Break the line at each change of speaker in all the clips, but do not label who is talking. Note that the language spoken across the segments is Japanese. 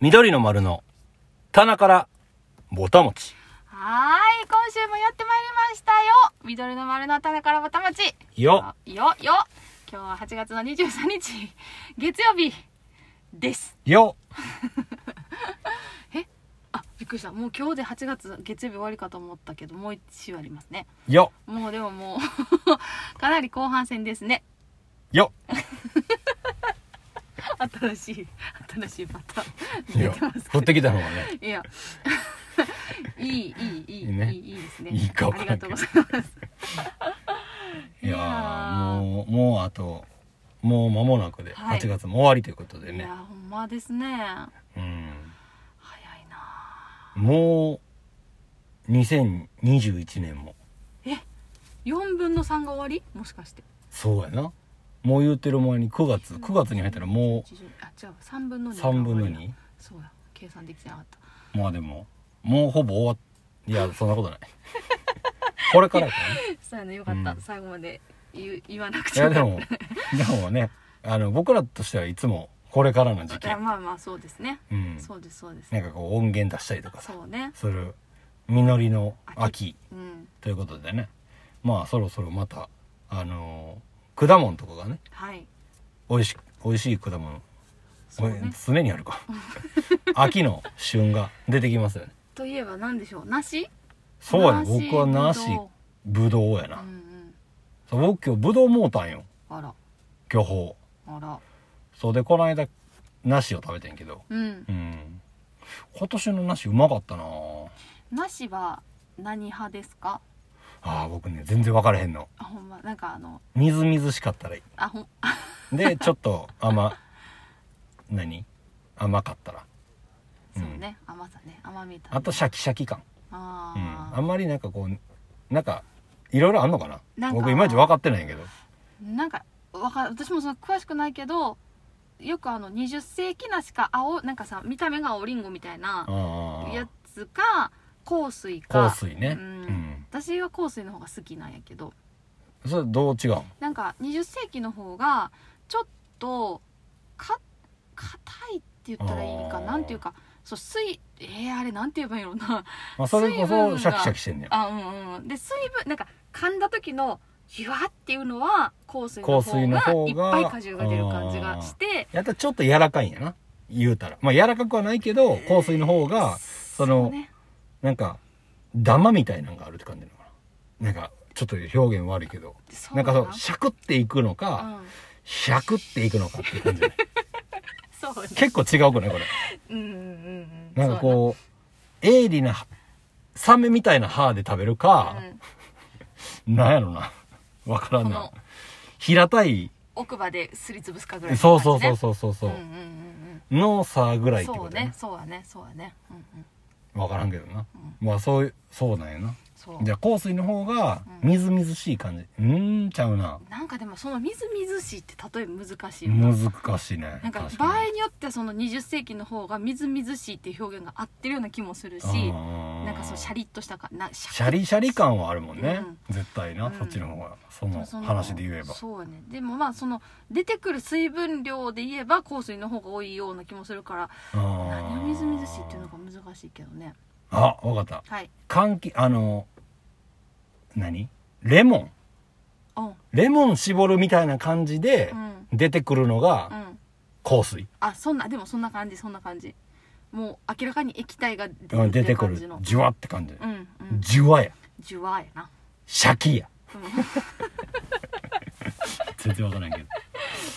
緑の丸の棚からぼたもち。
はーい、今週もやってまいりましたよ。緑の丸の棚からぼたまち。
よ
よ、よ。今日は8月の23日、月曜日です。
よ
あ、びっくりした。もう今日で8月、月曜日終わりかと思ったけど、もう1週ありますね。
よ
もうでももう、 かなり後半戦ですね。
よ
新しい、新しいパターン。出
よ
てます
降ってきたのがね。
いや、 いい、いい、いい、
いいね
いい、いいですね。
いいかわ
あ
か
り
んな
が
いけ
と
ど
うございます。
いや
い
ー
やー
もう、もうあと、もう間もなくで、
はい
8月も終わりということで
い
ね。
や、ほんまですね。
うん。
早いな
もう、2021年も。
4分の3が終わりもしかして
そうやな。もう言ってる前に9月、9月に入ったらも
80あ違う3分の
う
2
3分の 2?
そうや計算できてなかった
まあでも、もうほぼ終わっ、いや、そんなことない。これからやからね。
そうやねよかった、
うん
最後まで言う言わなく
い
て
や
よ
で
かった
も、でもね、あの、僕らとしてはいつもこれからの時期
い。やまあまあそうですね、
うん。
そうですそうです
なんかこう音源出したりとかさ、
そうね
する実りの秋
うん
ということでね。まあそろそろまた、あのー果物とかがね、
はい
美味しい、美味しい果物、
そうね
常にあるか。 秋の旬が出てきますよね。
といえば何でしょう梨
そうやね、
梨
僕は梨
ぶど、
ぶどうや
うう
な。
ん
そう僕今日ぶどうもうたんよ、
うんあら
巨峰。
あら
そうで、この間、梨を食べてんけど、
うん
うん今年の梨うまかったな
梨は何派ですか
あー僕ね全然分からへんの
あほんまなんかあの
みずみずしかったらい
あほん
い でちょっと甘何甘かったら
そうね、甘さね甘みた
あとシャキシャキ感、
あ
うん、
ー
あんまりなんかこうなんかいろいろあんのかな
なんか
僕いまいち分かってないんやけど
なんかわか私もその詳しくないけどよくあの20世紀梨か青なんかさ見た目が青りんごみたいな
あ
や
あ
つか香水か
香水ねう
うんん、私は香水の方が好きなんやけど
それどう違うん
なんか20世紀の方がちょっとか硬いって言ったらいいの
あ
か
ー
なんていうかそう水えー、あれなんて言えばいいのな
まあ、それこ
水分
そシャ
が
キシャキしてんねや
あうんうんで水分なんか噛んだ時のジュワっていうのは香水の
香水の
方が
方
いっ
が
ぱい果汁が出る感じがして
やったらちょっと柔らかいんやな言うたらまあ柔らかくはないけど香水の方がその
うね
なんかダマみたいなのがあるって感じなのかななんかちょっと表現悪いけど
そう
なんかそうシャクっていくの
う
か、
ん
シャクっていくのかっていう感じ
そうね
結構違うくない これ
うんうんうん
なんかこう鋭利なサメみたいな歯で食べる
う
か
ん、うん
なんやろなわからん
こ
な
の
平たい、
奥歯ですりつぶすかぐらいの
そう
感
そう
じ
そ
ね
うそうそうそう
うんうんうん
の差ぐ
う
らい
ん
って
そ
こ
う
とね
ねそうやねそうやねうんうん
わからんけどな、まあそういうそうなんやな
そう
じゃあ香水の方が
うん
みずみずしい感じうーんちゃうな
なんかでもそのみずみずしいって例え難しいよな
難しいね
なんか
確
場
に
合によってはその20世紀の方がみずみずしいっていう表現が合ってるような気もするし
な
なんかそうシャリッとしたかなシ
シャリシャリ感はあるもんね、絶対な、
うん
そっちの方がそ
そ
の
うその
話で言えば
そうやねでもまあその出てくる水分量で言えば香水の方が多いような気もするから何をみずみずしいっていうの
か
が難しいけどね
あわかった
はい
柑橘あの何レモン
うんうん
レモン絞るみたいな感じで出てくるの
う
が
ん
香水、
あそんなでもそんな感じそんな感じもう明らかに液体が出て
う
る
ん出てく
感
る
じの
ジュワって感じ、
うんうん
ジュワや
ジュワーやな
シャキや
うん
全然わからんけど、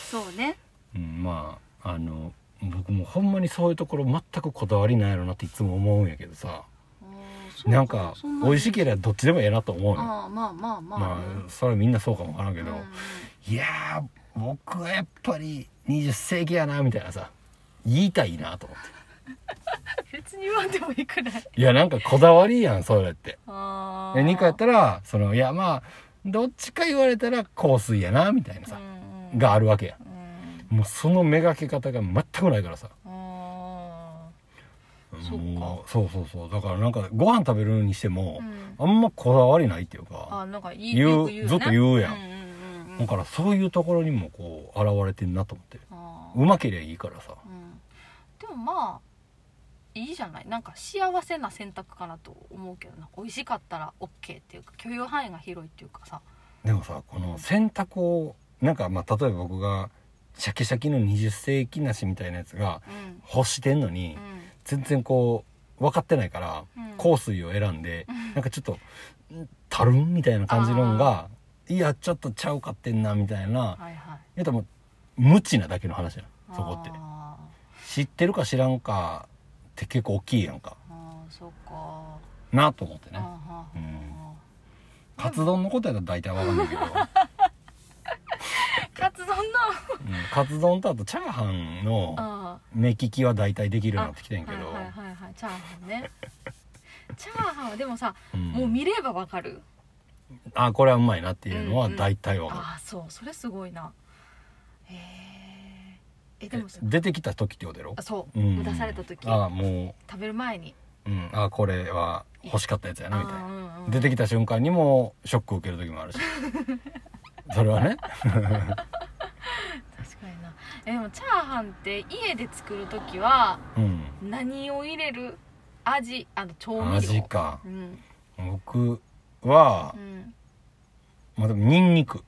そうね
うん、まああの僕もほんまにそういうところ全くこだわりないやろなっていつも思うんやけどさ
おーそう
なんか
そんな
美味しければどっちでもええなと思うの
ああまあまあまあ
ま
うん
あそれはみんなそうかもわからんけど、
うんうん
いやー僕はやっぱり20世紀やなみたいなさ言いたいなと思っ
別に言わんでもいくない
ていやなんかこだわりやんそれって
ああ
で2個やったらそのいやまあどっちか言われたら香水やなみたいなさ
う、んうん
があるわけや
うん
もうその目がけ方が全くないからさ
あそっか
もうそうそうそうだからなんかご飯食べるにしても
ーう、ん
あんまこだわりないっていう
あ
か
ーなんかいい
言う
よく言うね
ずっと言うやん
うんうんうんう
だ
ん
からそういうところにもこう現れてんなと思って
あー
うまけりゃいいからさ
うんでもまあいいじゃないなんか幸せな選択かなと思うけどな美味しかったら OK っていうか許容範囲が広いっていうかさ
でもさこの洗濯をなんかまあ例えば僕がシャキシャキの20世紀梨みたいなやつが
うん
干してんのに全然こう分かってないから
うんうん
香水を選んで
うん
なんかちょっと「たるん」みたいな感じのんが「いやちょっとちゃうかってんな」みたいな
はいはい
言うたらもう無知なだけの話やんそこって
あ
知ってるか知らんかって結構大きいやんか
ーあーそうか
なと思って
あー
ね
は
う
ー
ん
は
カツ丼のことやったら大体わかんないけど、
ーカツ丼の
うん、カツ丼とあとチャーハンの
あ
目利きは大体できる
ー
よう
あ
になってきてんけど、
はいはいはいはいチャーハンねチャーハンはでもさ
うん
もう見ればわかる
あこれはうまいなっていうのは
うんうん
大体わかる、
ああそうそれすごいなへええでもさ
出てきた時ってことやろ
あ、そう、
うん、
出された時
あも
食べる前に
う、うん、あこれは欲しかったやつやなみたいな
あーうんうん
出てきた瞬間にもショックを受ける時も あるしそれはね
確かになえでもチャーハンって家で作る時は
うん
何を入れる味あの調味料
味か
うん
僕は
う、ん
まあ、でもニンニク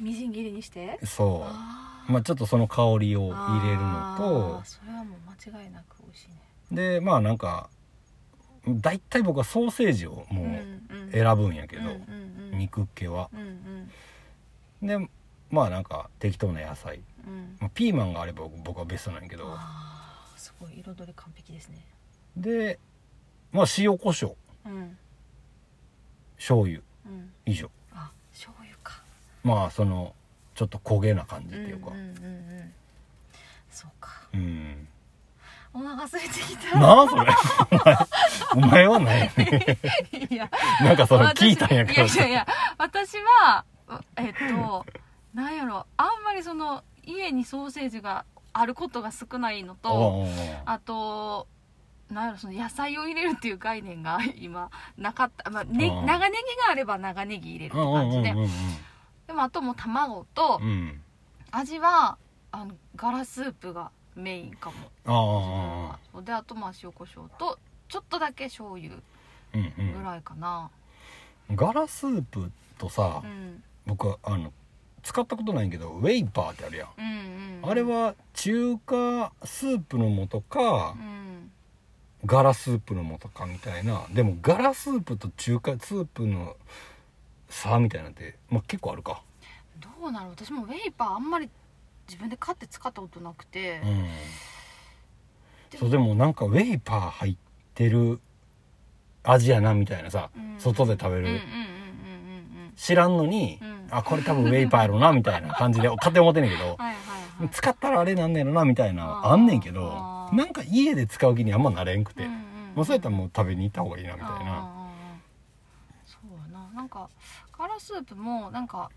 みじん切りにして
そう
あー
まあ、ちょっとその香りを入れるの
あーそれはもう間違いなく美味しいね
とでまあなんか大体僕はソーセージをもう選ぶんやけど、
うんうんうん
肉系は
うんうん
でまあなんか適当な野菜、
うん
まあ、ピーマンがあれば僕はベストなんやけど
あーすごい彩り完璧ですね
でまあ塩コショウ
うん
醤油
うん
以上
あ醤油か
まあそのちょっと焦げな感じっていうか
んうんうんうんそうか
うん
お腹空いてきた
なあそれ お前お前はない
いや
なんかそれ
私
聞いたんやから
いやいやいや私はえ っとなんやろあんまりその家にソーセージがあることが少ないのと
おうおうおう
あとなんやろその野菜を入れるっていう概念が今なかった、まあね、
ああ
長ネギがあれば長ネギ入れるって感じで
うんうんうん
でもあともう卵と
うんうん
味はあのガラスープがメインかも
ああ
自分は
ああ
そうであとまあ塩コショウとちょっとだけ醤油
うん
ぐらいかな
うんガラスープとさ、
うん
僕はあの使ったことないんやけどウェイパーってあるやん、
うんうんうん
あれは中華スープの素か
う、ん
ガラスープの素かみたいなでもガラスープと中華スープの差みたいなんて、まあ、結構あるか
どうなの私もウェイパーあんまり自分で買って使ったことなくて
うんそうでもなんかウェイパー入ってる味やなみたいなさ、
うん
外で食べ
うん
る、
うんうん
知らんのに、
うん
あこれ多分ウェイパーやろなみたいな感じで勝手に思ってんねんけど、
はいはいはい
使ったらあれなんねやろなみたいな
あー
あんねんけど
あー
なんか家で使う気にあんまなれんくて、
ん
も
ん
うそうやったらもう食べに行った方がいいなみ
あー
たいな
そうやななんかガラスープもなんか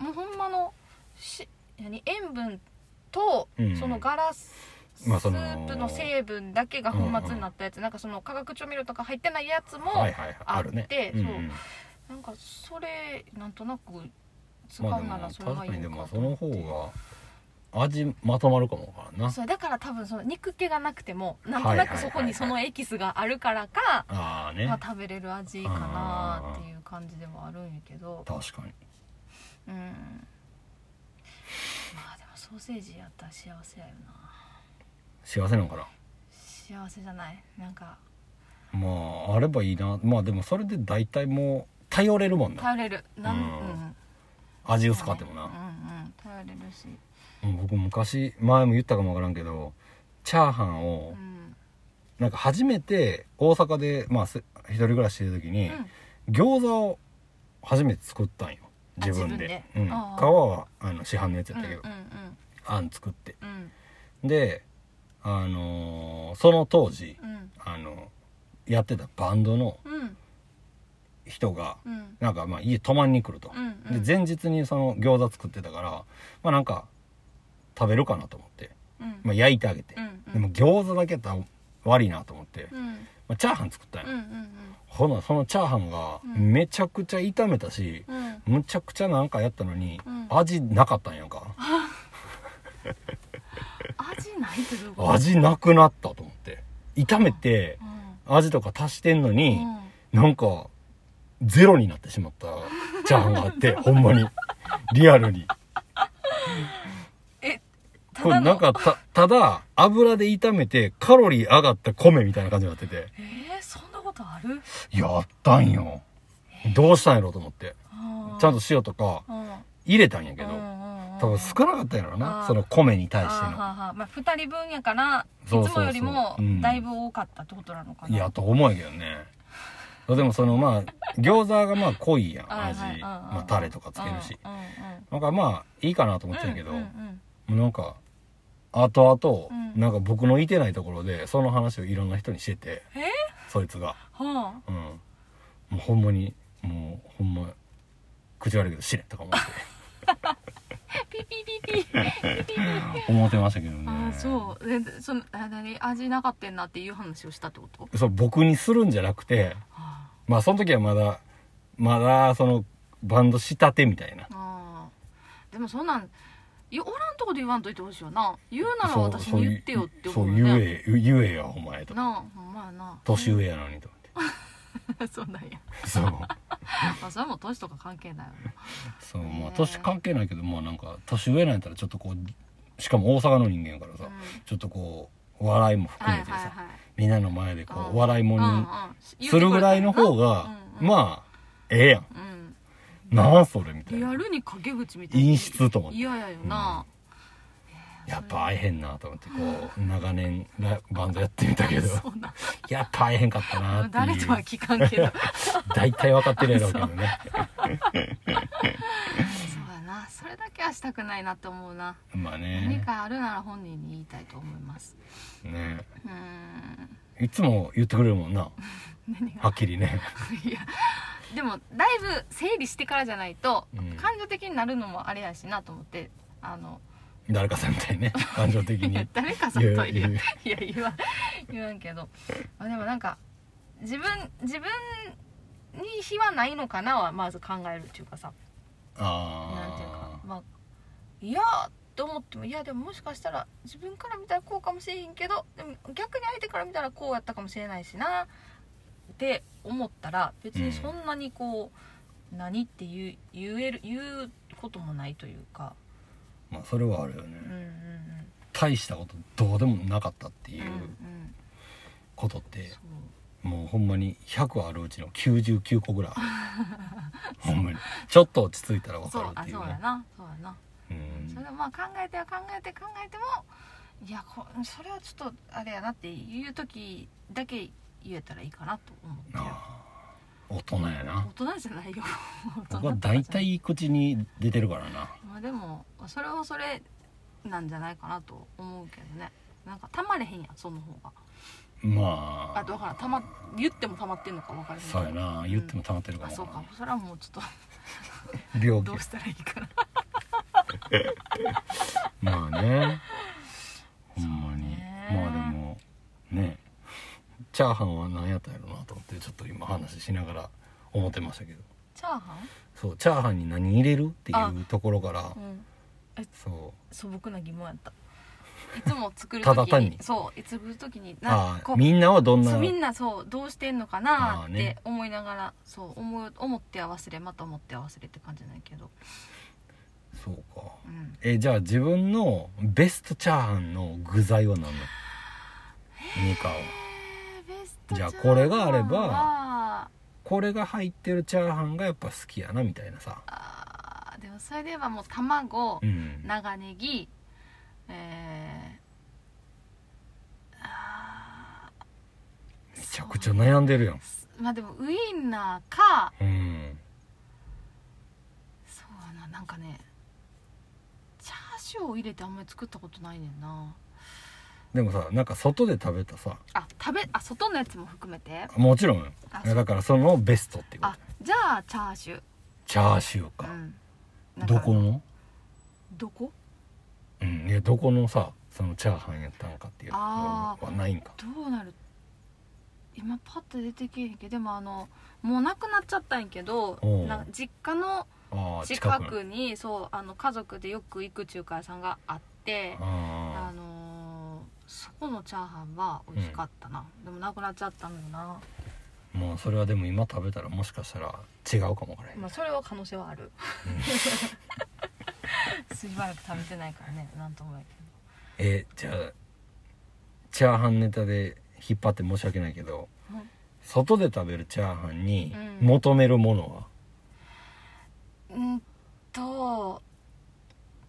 もうほんまのし何塩分と
うん
そのガラス、
まあ
ス
その
ープの成分だけが粉末になったやつ、なんかその化学調味料とか入ってないやつも、
はいはいはいあるね
あって
うん
そうなんかそれなんとなく使
まあ
う
で
な
も
らそれが
確
いい
かにで
の
も
か
その方が味まとまるかもわからんな
そうだから多分その肉気がなくてもなんとなくそこにそのエキスがあるからか、
ああね
まあ、食べれる味かなっていう感じではあるんやけど
確かに
うんまあでもソーセージやったら幸せやよな
幸せなんかな
幸せじゃないなんか
まああればいいなまあでもそれで大体もう頼れるもんな
頼れるなん、
う
うんん、
味薄かっても
うんう
な、
ん頼れるし
うん僕昔前も言ったかもわからんけどチャーハン
う
を
ん
なんか初めて大阪でまあす一人暮らししてる時
う
に、
ん
餃子を初めて作ったんよ自分で
あ自分で
うん、皮
ああ
はあの市販のやつやったけど、
うんうん
あん作って
うん
であのーその当時
うん
あのやってたバンドの
うん
人が
うん
なんかまあ家泊まりに来ると、
うんうん
で前日にその餃子作ってたからまあなんか食べるかなと思って、
うん
まあ、焼いてあげて、
うんうん
でも餃子だけやったら悪いなと思って、
うんうん
まあ、チャーハン作ったんよ、
うん
ほなそのチャーハンが
うん
めちゃくちゃ炒めたし、
うんうん
むちゃくちゃなんかやったのに、
うん
味なかったんやんか
味ないってどういうこと
味なくなったと思って炒めて
うん
味とか足してんのに、
うん
なんかゼロになってしまったチャーハンがあ ってほんまにリアルに
えた
これ
だ
な
の
んかたただ油で炒めてカロリー上がった米みたいな感じになってて
えー、そんなことある
やったんよどうしたんやろうと思って
ち
ちゃんと塩とか
うん
入れたんやけど
うんうんうん
多分少なかったんやろ
あ
な
ー
その米に対
あ
して
ー
の
はーはーまあ2人分やからいつ
そうそうそ
も
う
よりも
うん
だいぶ多かったってことなのかない
やと思うけどねでもそのまあ餃子がまあ濃いやん
はい
味
はいうんうん
まあタレとかつけるし
うんうん
なんかまあいいかなと思ってたん
うん
やけど
うんうん
なんか後々、
うん
なんか僕のいてないところでその話をいろんな人にしてて
え
そいつが、
はあ
うん、もうほんまにもうほんま口悪いけど死ねとか思って
ピピピピピ ピピ
思ってましたけどね
ああそうでそのあ何味なかったんなっていう話をしたってこと
そう僕にするんじゃなくて
あ
まあその時はまだまだそのバンド仕立てみたいな
あーでもそんなんいおらんとこで言わんといてほしいよな言うなら
そう
私に言ってよって
そ
思
う
う
そう
よ
言
ね
え言えよお前と
なあほんまやな
年上やのにと思っ
そうなん や
てそう
まあそれはもう年とか関係ないよな
そうまあ
ねえ
年関係ないけどまあなんか年上なんやったらちょっとこうしかも大阪の人間やからさ、
うん
ちょっとこうお笑いも含
はい
めてさ、
はいはい
みんなの前でこ
うん
うお笑いも
うんうん
にするぐらいの方
う
が
ん、うん
まあええやん
うん
なあそれみたい
リア
な
ルに陰口みたいな
陰湿と思って
嫌やよな、
やっぱ会えへんなと思ってこう長年ラバンドやってみたけど
そうなん
やっぱ会えへんかったなって
誰
い
とは
う
聞かんけどそう
大体分かってるやろうけどね
やなそれだけはしたくないなって思うな、
まあ
何
ね
かあるなら本人に言いたいと思います
ね
うーん
いつも言ってくれるもんな
何が
はっきりね
いやでもだいぶ整理してからじゃないと、
うん
感情的になるのもあれやしなと思ってあの
誰かさんみたいにね感情的
いや
に
誰かさんとは言う
いや
いや言わん言わんけど、まあ、でもなんか自分自分に非はないのかなはまず考えるっていうかさなんていうか
あ
まあいやと思ってもいやでももしかしたら自分から見たらこうかもしれへんけどでも逆に相手から見たらこうやったかもしれないしなって思ったら別にそんなにこう、何って言う言える言うこともないというか
ーまあそれはあるよ
うんうん
ね大したことどうでもなかったって
うん
い
うん
う
うん
ことって
そう
もうほんまに100あるうちの99個ぐ らいあるほんまにちょっと落ち着いたら分
そ
かる
う
っ
あ
てい
そう
う
や
ね
なそうやな
うん
それをまあ考えては考えて考えてもいやこそれはちょっとあれやなっていう時だけ言えたらいいかなと思って
な
る
あ大人やな
大人じゃないよ大人
僕は大体口に出てるからな
まあでもそれはそれなんじゃないかなと思うけどねなんかたまれへんやんその方が
まあ
あとだからたま言ってもたまってんのか分からへんけど
そうやな言っても溜まってるか
あ
もな
そうかそれはもうちょっ
病気
とどうしたらいいかな
まあねほんまに
そうね
まあでもねチャーハンは何やったんやろうなと思ってちょっと今話しながら思ってましたけど
チャーハン
そうチャーハンに何入れるっていうところから
うん
そ
素朴な疑問 やったいつも作る時
た
に
だ単に
そういつ作る時に
う
な
あ
ん
あ
か
みんなはどんな
そうみんなそうどうしてんのか
あ
な
あ
って
ね
思いながらそう思う思っては忘れまた思っては忘れって感じなんやけど、
そうか
うん、
えじゃあ自分のベストチャーハンの具材は何なのミカはじゃあこれがあれば
ば
これが入ってるチャーハンがやっぱ好きやなみたいなさ
あーでもそれで言えばもう卵
うん
長ネギえーあ
めちゃくちゃ悩んでるやん
ーすまあでもウインナーか
うん
そうやななんかねチャーシューを入れてあんまり作ったことないねんな
でもさなんか外で食べたさ
あ食べあ外のやつも含めて
もちろんよ
あ
だからそのベストっていうこと
あじゃあチャーシュー
チャーシュー
う
か、
んなんか
どこの
どこ
うんいやどこのさそのチャーハンやったんかっていうのは
あ
ないんか
どうなる今パッと出てけえへんけどでもあのもうなくなっちゃったんやけど
おう
な実家の
ああ近
近
く
くにそうあの家族でよく行く中華屋さんがあってあ
あ
のーそこのチャーハンは美味しかったな、でもなくなっちゃったんだな、
もうそれはでも今食べたらもしかしたら違うかもわからへん、
まあ、それは可能性はある しばらく食べてないからねなんともやけど
えじゃあチャーハンネタで引っ張って申し訳ないけど外で食べるチャーハンに
うん
求めるものは、
うんと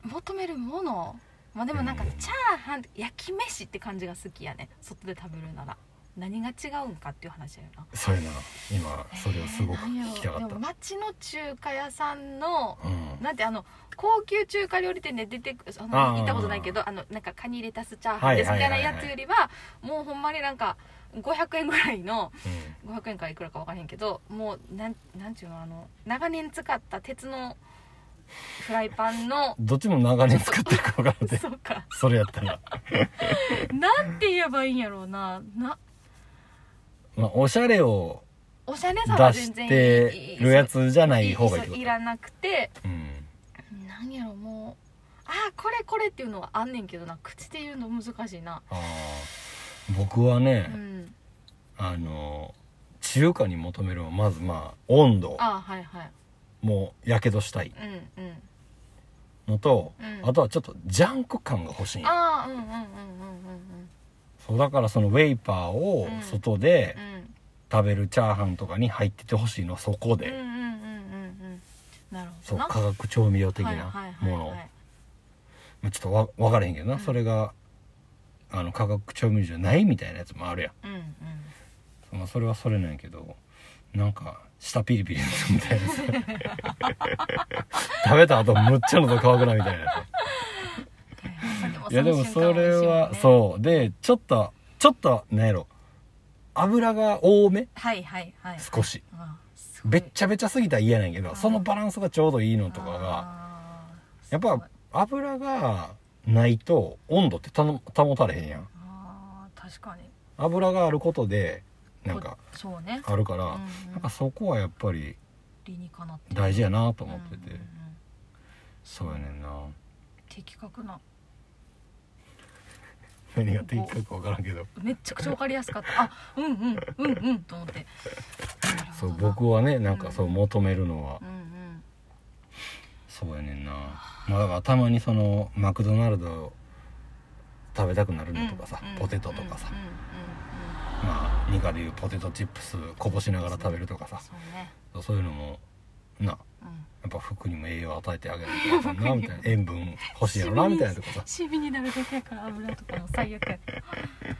求めるものまあでもなんか
うん
チャーハン焼き飯って感じが好きやね外で食べるなら何が違うんかっていう話やよな
そうやな今それをすごく
えー何やろ
聞きたかっ
で
た、
も町の中華屋さんの
うん
なんてあの高級中華料理店で出てくあの
あー
行ったことないけどあのなんかカニレタスチャーハンです
は
み
い
た
はいい
な
はいはい
やつよりはもうほんまになんか500円ぐらいの500円からいくらか分からへんけどもうなんなんちゅうのあの長年使った鉄のフライパンの
うんどっちも長年作ってるか分からんて
そうか
それやったら
なんて言えばいいんやろうなな
まあおしゃれを
おしゃれさは
出
全
し
然
てるやつじゃない方がいいって
い
こ
い
と
いらなくて
うん
なんやろもうああこれこれっていうのはあんねんけどな口で言うの難しいな
あー僕はね
う、ん
あの中華に求めるのはまずまあ温度
ああはいはい
もうやけどしたい
うんうん
のと、
うん
あとはちょっとジャンク感が欲しい
ああうんうんうんうんうん
そうだからそのウェイパーを
うん
外で
うん
食べるチャーハンとかに入っててほしいのはそこで、
うんうんうんうんうんなるほ
そ
ど
う
な
化学調味料的
はい
な
はい
も
はい
の
はい
まあちょっとわ分からへんけどな、
うん
それがあの化学調味料じゃないみたいなやつもあるや
うんうん
ん、まあ、それはそれなんやけどなんか舌ピリピリするみたいなさ食べた後むっちゃ喉乾くなみたいなやつ いやでもそれは
う
そうでちょっとちょっとなんやろ油が多め
はいはいはい
少し
あーすごい
べっちゃべちゃすぎたら嫌なんやけ
あ
ど
ー
そのバランスがちょうどいいのとかが
あー
やっ
すごい
ぱ油がないと温度ってたの保たれへんやん
あー確かに
油があることでなんか
こそうね
あるから、
うんうん
なんかそこはやっぱり
理にかなってる
大事やなと思ってて、
うんうんうん
そうやねんな
的確な
何が的確か分からんけど
めっちゃくちゃ分かりやすかったあうんうんうんうんと思ってなる
そ
ほ
う
どな
僕はねなんかそう
うん
求めるのは
うんうん
そうやねんなまあだからたまにそのマクドナルド食べたくなるのとかさ、
うん
ポテトとかさ、
うんうんうんうん
まあ二課でいうポテトチップスこぼしながら食べるとかさ
そうね
そういうのもなや
うん
っぱ服にも栄養与えてあげなきゃいけ ないなみたいな塩分欲しいやろなみたいなとかさ
シビになるだけやから油とかも最 悪やあー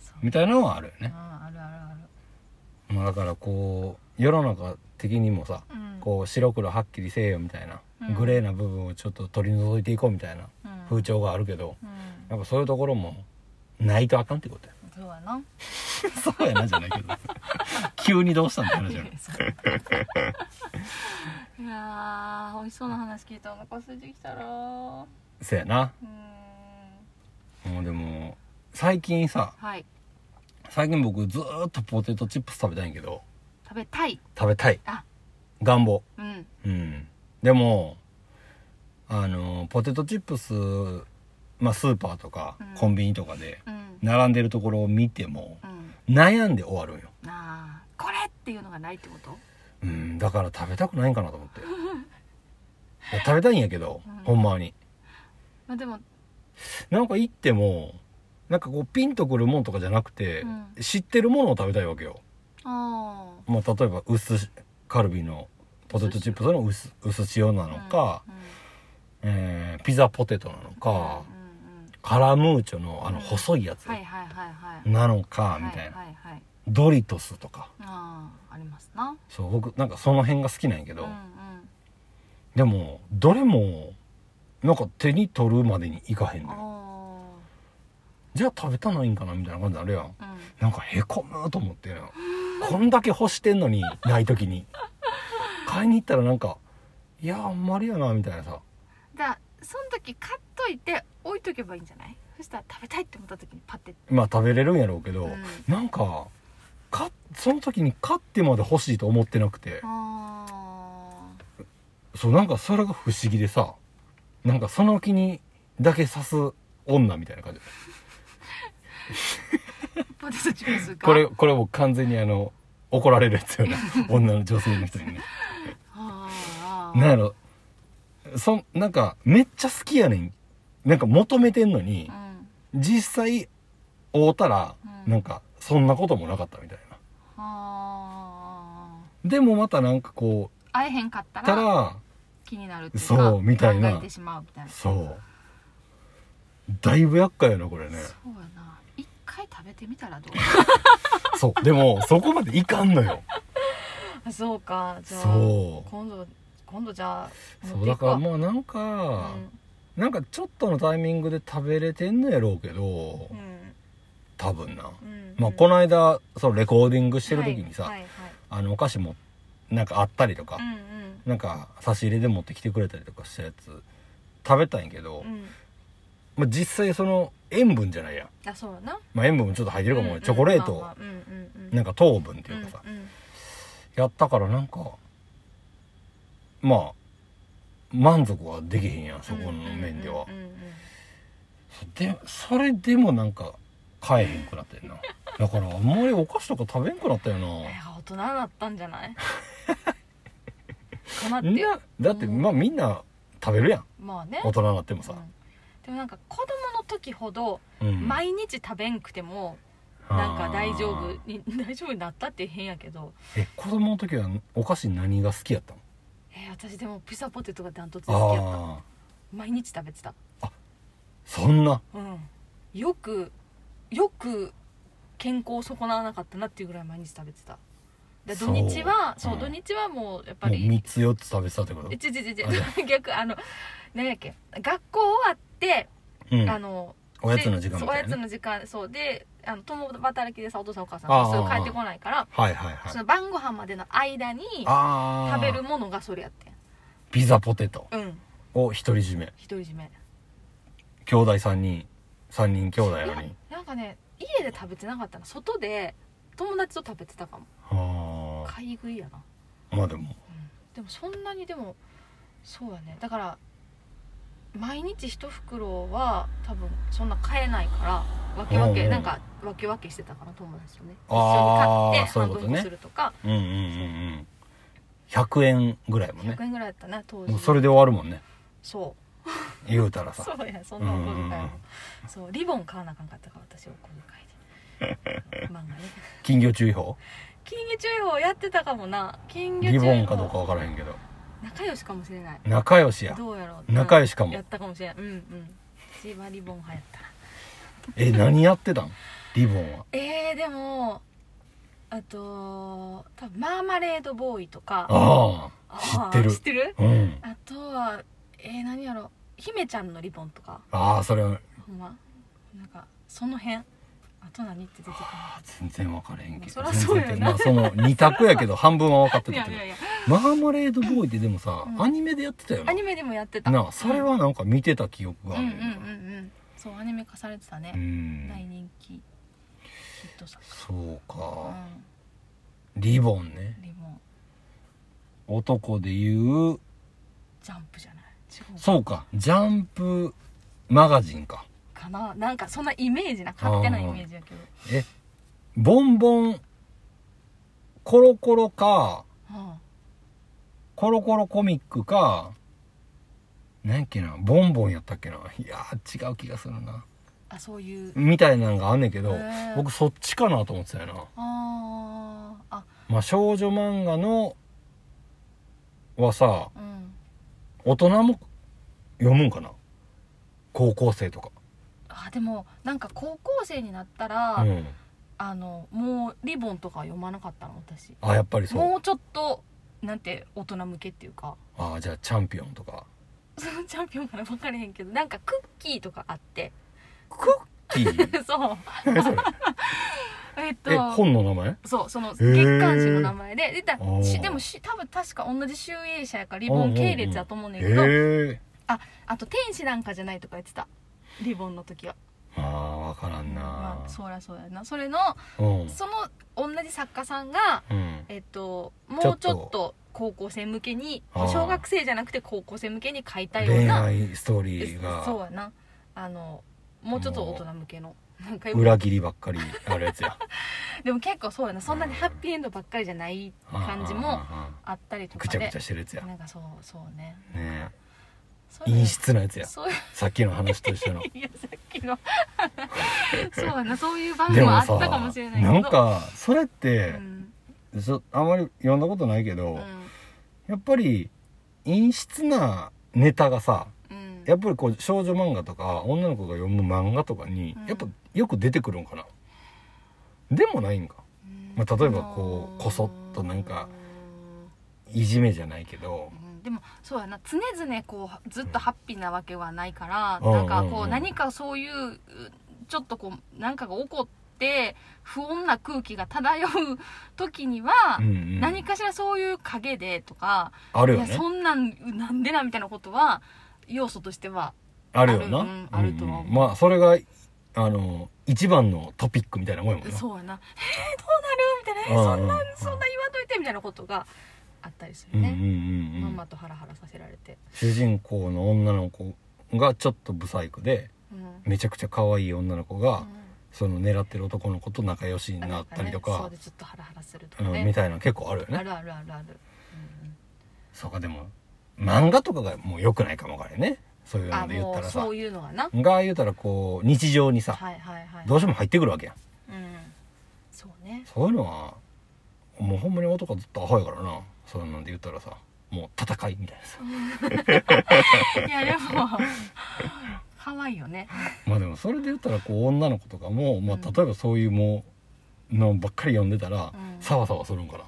そう
みたいなのはあるよ
うん
ね、
あるあるある
まあ、だからこう世の中的にもさ
うん
こう白黒はっきりせえよみたいな、
うん
グレーな部分をちょっと取り除いていこうみたいな
うん
風潮があるけど
うん
やっぱそういうところもないとあかんって ことや
そうやな
そうやなじゃないけ ど急にどうしたんだ話じゃない
いやー美味しそうな話聞いたお腹空いてきたらう
そやな
ーん
もうでも最近さ
はい
最近僕ずーっとポテトチップス食べたいんやけど
食べたい
食べたい
あ
願望
うん
うんでもあのポテトチップスまあスーパーとか
うん
コンビニとかで
うん
並んでるところを見ても
うん
悩んで終わるんよ
あーこれっていうのがないってこと
うんだから食べたくないんかなと思っていや食べたいんやけど、
うん
ほんまに
まあでも
なんか行ってもなんかこうピンとくるもんとかじゃなくて、
うん
知ってるものを食べたいわけよ
あ
まあ、例えば薄カルビのポテトチップスの薄薄塩な
あ
のか、えーピザポテトなのか、
うんうんうん
カラムーチョのあの
うん
細いやつ
はいはいはいはい
なのかみたいな、
はいはいはい
ドリトスとか
ああありますな
そう僕なんかその辺が好きなんやけ
うん
ど、
うん
でもどれもなんか手に取るまでにいかへんのよ
あ
じゃあ食べたないんかなみたいな感じあるやん
あうん
なんかへこむと思ってこんだけ欲してんのにない時に買いに行ったらなんかいやあんまりやなみたいなさ
だからその時買っといて置いとけばいいんじゃないそしたら食べたいって思った時にパッて
まあ食べれるんやろうけど、
うん
なんかかその時に勝ってまで欲しいと思ってなくて
あー
そうなんかそれが不思議でさなんかその気にだけ刺す女みたいな感じ
ポテトチップスが
これこれも完全にあの怒られるやつよね女の女性の人にね
ああ
なんやろそんなんかめっちゃ好きやねんなんか求めてんのに
うん
実際会うたら
うん
なんかそんなこともなかったみたいな
あ
でもまたなんかこ
ー会えへんかった
うた
ら
ら
気になるっていうか
そうみたいな
考えてしまうみたいな
そうだいぶ厄介やなこれね
そうやな一回食べてみたらどう
そうでもそこまでいかんの よ
あ そうかじゃあ
そう
今度今度じゃあ持
そ
っ
う
て
だ
いく
から
わ
まあなんか、なんかちょっとのタイミングで食べれてんのやろうけど
うんうん
多分な、
うん
まあこの間そのレコーディングしてる時にさ、
はいはいはい
あのお菓子もなんかあったりとか、
うん
なんか差し入れで持ってきてくれたりとかしたやつ食べたんやけど、
うんうん
まあ、実際その塩分じゃないやん、
あそうやな
まあ、塩分もちょっと入ってるかも、
うんうん
チョコレート
まあまあうんうんうん
なんか糖分って
う
いうんかさ、
うん
やったからなんかまあ満足はできへんやんそこの面では、
うんうんうんうん
でそれでもなんか買えへんくなってんなだからあんまりお菓子とか食べんくなったよ
い
な
や大人だったんじ ゃないかなってよ
なだってまあみんな食べるやん
まあね
大人になってもさ
う、んでもなんか子供の時ほど
うん
毎日食べんくてもなんか大丈夫に 大丈夫になったって変やけど
え子供の時はお菓子何が好きやったの
えー私でもピザポテトがダントツで好きやった
ああ
毎日食べてた
そんな
うんよくよく健康を損なわなかったなっていうぐらい毎日食べてたで
そ
土
う
日はそう、
うん
土日はもうやっぱ
もう
り
3つ4つ食べてたってこと
えちちちち
あじゃ
逆あの何やっけ学校終わって、
うん
あの
おやつの時間
でそ
み
うお
た
や
い
つ
なね
の時間そうであの共働きでさお父さんお母さん
あ
が
ー
すぐ帰ってこないから
はいはいはい
その晩ご飯までの間に
ああ
食べるものがそれやって
ピザポテト
んうん
を独り占め
独り占め
兄弟3人3人兄弟やのに
なんかね家で食べてなかったな外で友達と食べてたかも
あ
買い食いやな
あまあでも
でもそんなにでもそうやねだから毎日一袋は多分そんな買えないから分け分
うんう
け
ん
なんか分け分けしてたかな友達とね一
あー
緒に買って
そうい
半
うこと
分
ね
こするとか
うんうんうんうん100円ぐらいもね
100円ぐらいだったね当時
もうそれで終わるもんね
そ
言うたら
う
さ
そうやそんなお小遣い
うんうんうん
もそうリボン買わなあかんかったから私お小遣いで漫画ね
金魚注意報
金魚注意報やってたかもな金魚注
リ
意報
ボンかどうかわからへんけど
仲良しかもしれない
仲良しや
どうやろう
仲良
し
しか
や
も
ったかもしれないうんうん千葉リボン流行ったな
え何やってたんリボンは
えー、でもあと多分マーマレードボーイとか
あ
あ
あ
ー
知ってる
知ってる
あうん
あとはえー、何やろ姫ちゃんのリボンとか
ああそれは
ほんまなんかその辺あと何って出てくる
あー全然分からへんけど
そらそうやな
全然まあその2択やけど半分は分かって
い
た
や
け
い
ど
やいや
マーマレードボーイってでもさ、
うん
アニメでやってたよ
ア
な
ニメでもやってた
なあそれはなんか見てた記憶
うん
が
う
あ
ん
る
うん
よ
うんうんそうアニメ化されてた
う
ね、大
ん
人気ヒット作、
そう
う
か
ん、
リボンね
リボン
男で言う
ジャンプじゃない違う
そうかジャンプマガジンか
かななんかそんなイメージな勝手なイメージやけど
えボンボンコロコロか
うん
コロコロコミックか何やっけなボンボンやったっけないやー違う気がするな
あそういう
みたいなのがあんねんけど
へー
僕そっちかなと思ってたよな
あーあ
まあ少女漫画のはさ
うん
大人も読むんかな高校生とか
あでもなんか高校生になったら、
うん
あのもうリボンとかは読まなかったの私
あやっぱりそう
もうちょっとなんて大人向けっていうか
あじゃあチャンピオンとか
そのチャンピオンから分かれへんけどなんかクッキーとかあって
クッキー
そう
何それ
えっと
え本の名前
そうそ
ー
の月刊誌の名前ででだ
あー
しでもし多分確か同じ集英社やからリボン系列やと思うねんけど、
ええ
あと天使なんかじゃないとか言ってたリボンの時は
ー、ああ分からんな、
まあ、そりゃそうやなそれの
うん、
その同じ作家さんが、
うん、
えっと、もうち
ちょっと
ょっと高校生向けに
あー
小学生じゃなくて高校生向けに書いたよう
恋
な
愛ストーリーが
そうやなあのもうちょっと大人向けのなんかよく
裏切りばっかりあるやつや
でも結構そうやなそんなにハッピーエンドばっかりじゃない 感じ
うんうん
も
うんうん
あったりと
ぐ
か
ち
で
ゃぐちゃしてるやつやね
なんかそうそうね
え
そういうの
陰湿なやつや
そういう
さっきの話と一緒の
いやさっ きのそうやなそういう場
で
面も
も
あっ
さ
たかもしれないけど
なんかそれっ
う
て、
ん
そあまり読んだことないけど、
うん
やっぱり陰湿なネタがさ
うん
やっぱりこう少女漫画とか女の子が読む漫画とかに、
うん
やっぱよく出てくるんかなでもないんかまあ例えばこうこそっとなんかいじめじゃないけど
うんでもそうやな常々こうずっとハッピーなわけはないから、
うん
なんかこう、
うんうん
何かそういううちょっとこう何かが起こって不穏な空気が漂う時には、
うんうん
何かしらそういう影でとか、
あるよ
いや
ね
そんなんなんでなみたいなことは要素としては
あるよ
あ
な
るうんあるとは思う
うんうんまあそれがあの一番のトピックみたいなもんやもんな
そうやな「えー、どうなる?」みたいな「えー、そんな
うんうんうん
そんな言わんといて」みたいなことがあったりす
う
る
んうんう
ね、
んう
まん
ん
まとハラハラさせられて、
主人公の女の子がちょっと不細工で
うん
めちゃくちゃ可愛い女の子
う
が、
ん
その狙ってる男の子と仲良しに
な
なんっ
か
たりと
ね、そ
か
うでちょっとハラハラすると
う
か
ん
ね、
みたいなの結構あるよ
あ
ね
るあるあるある、
そうかでも漫画とかがもう良くないかもわからんねそういう
うんうん、あ
ので言っ
も
た
う
らさ
そういうのがな
が言うたらこう日常にさ
はいはいはい
どうしても入ってくるわけやん
うん、そうね
そういうのはもうほんまに男ずっとアホやからなそういうので言ったらさもう戦いみたいなさ
いやでも可愛いよね
まあでもそれで言ったらこう女の子とかも、まあ、
うん
例えばそういうもうのばっかり読んでたら、
うん
サワサワするんかな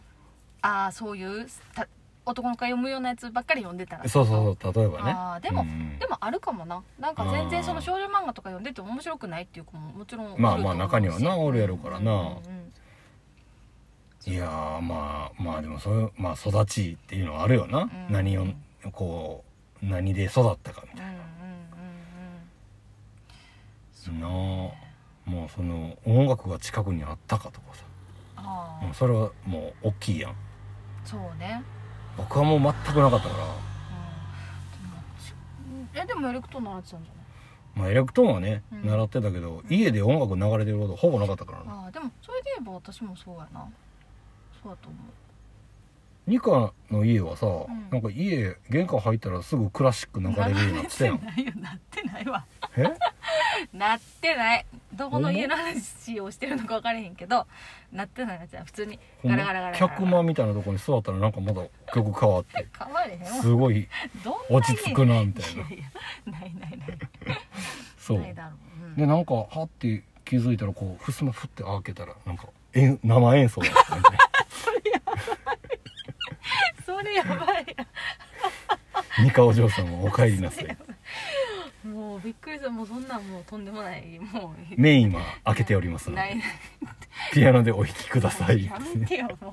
ああそういうた男の子が読むようなやつばっかり読んでたら
そうそうそう例えばね
あーでも
うん
でもあるかもななんか全
あ
然
ー
その少女漫画とか読んでても面白くないっていう子ももちろんおると
まあ
思うし
まあ中にはなおるやろからな
うんうんうん
いやーまあまあでもそういう、まあ、育ちっていうのはあるよな、
うん
何をこう何で育ったかみ
うん
た
うん
いな
うんう
ん
そ
なあもうその音楽が近くにあったかとかさ、
あ
も
あ
うそれはもう大きいやん
そうね
僕はもう全くなかったから、
うんでもちえでもエレクトーン習ってたんじゃない
まあ、エレクトーンはね、
うん
習ってたけど家で音楽流れてることほぼなかったからな
ああでもそれで言えば私もそうやなそうだと思う
ニカの家はさ、
ん
なんか家玄関入ったらすぐクラシック流れるようになってたや ん
ないよなってないわ
え
なってないどこ
ほん
の
ま
家の話をしてるのか分からへんけどなってないなってない普通に
ほん
ガ
ま
ラガラガラガラ
客間みたいなとこに座ったらなんかまだ曲変わって
変われへんわ
すご い
どんな家
落ち着くなみたいない
やいやないないない
そう
ないだろう、うん
でなんかはって気づいたらこうふすまふって開けたらなんかえ生演奏だったみたい
それやばい
なニカお嬢さんはお帰り なさい
もうびっくりするもうそんなんもうとんでもないもう
メインは開けておりますの
ない
でピアノでお弾きください
やめてよもう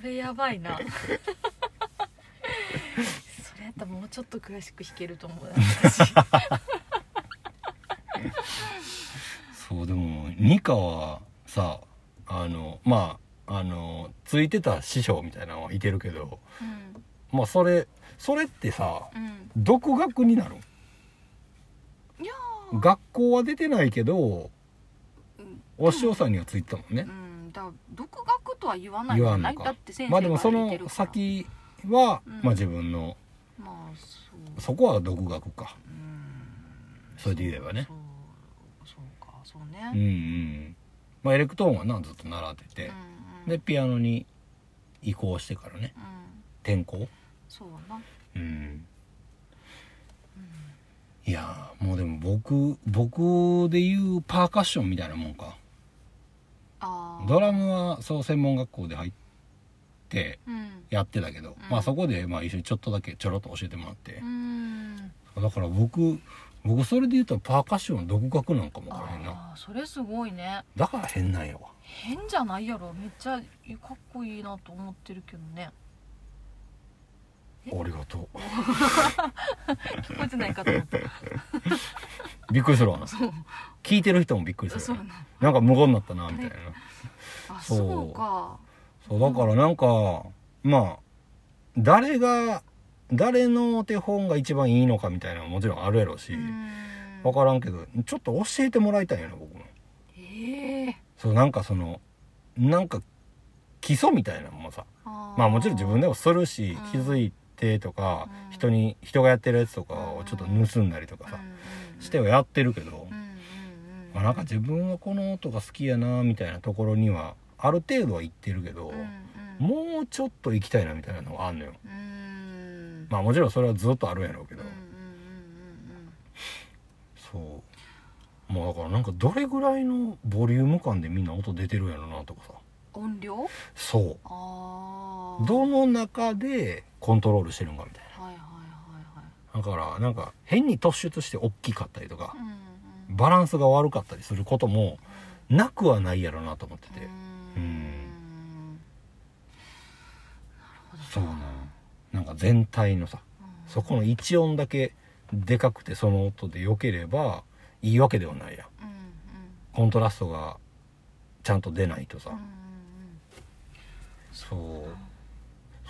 それやばいなそれやったらもうちょっとクラシック弾けると思うな私
そうでもニカはさあのまああのついてた師匠みたいなのはいてるけど
うん
まあそれそれってさ
うん
独学になる
いや
学校は出てないけどお師匠さんにはついてたもんね
ーうんだから独学とは言わない
言
も
わ
ん
んの
ない
か
だって先
まあ
生
で
が
もそ
いてる
の
から
先は、
うん
まあ自分の
まあそう
そこは独学か
うん
それで言えばね
そうそうかそう
うん
ね
うんまあエレクトーンはなずっと習って
う
て
ん、うん
でピアノに移行してからね
うん
転校
そうやな
うん
うん
いやーもうでも僕僕でいうパーカッションみたいなもんか
ああ
ドラムはそう専門学校で入って
うん
やってたけど、
ん
まあそこでまあ一緒にちょっとだけちょろっと教えてもらって
う、ん
だから僕僕それで言うとパーカッションは独学なんかもわからへんな
ああそれすごいね
だから変なんやわ
変じゃないやろめっちゃかっこいいなと思ってるけどね
ありがとう
聞こえてないかと思った
びっくりするわな
そう
聞いてる人もびっくりす
そう
る
な
わな
ん
なんか無言になったなみたいな
あ
そ
そううか
そうだからなんかまあ誰が誰の手本が一番いいのかみたいなのももちろんあるやろうし、
うーん
分からんけどちょっと教えてもらいたいよね僕も
ええ
そうなんかそのなんか基礎みたいなのもさまあもちろん自分でもするし気
うん
づいてとか、
うん
人に人がやってるやつとかをちょっと盗んだりとかさ、してはやってるけど、
うんうんうん
まあ、なんか自分はこの音が好きやなみたいなところにはある程度は行ってるけど、
うんうん
もうちょっと行きたいなみたいなのがあんのよ
うん
まあもちろんそれはずっとあるんやろうけ
うん
ど、
うんうん
そうもうだからなんかどれぐらいのボリューム感でみんな音出てるんやろなとかさ
うん音量
そ
あ
う
あ
どの中でコントロールしてるんかみたい
はいはいは
なだからなんか変に突出して大きかったりとか
いはいうんうん
バランスが悪かったりすることもなくはないやろなと思ってて、
うーん
そうななんか全体のさ
うん
そこの1音だけでかくてその音で良ければいいわけではないやん
うんうん
コントラストがちゃんと出ないとさ、
うん
そう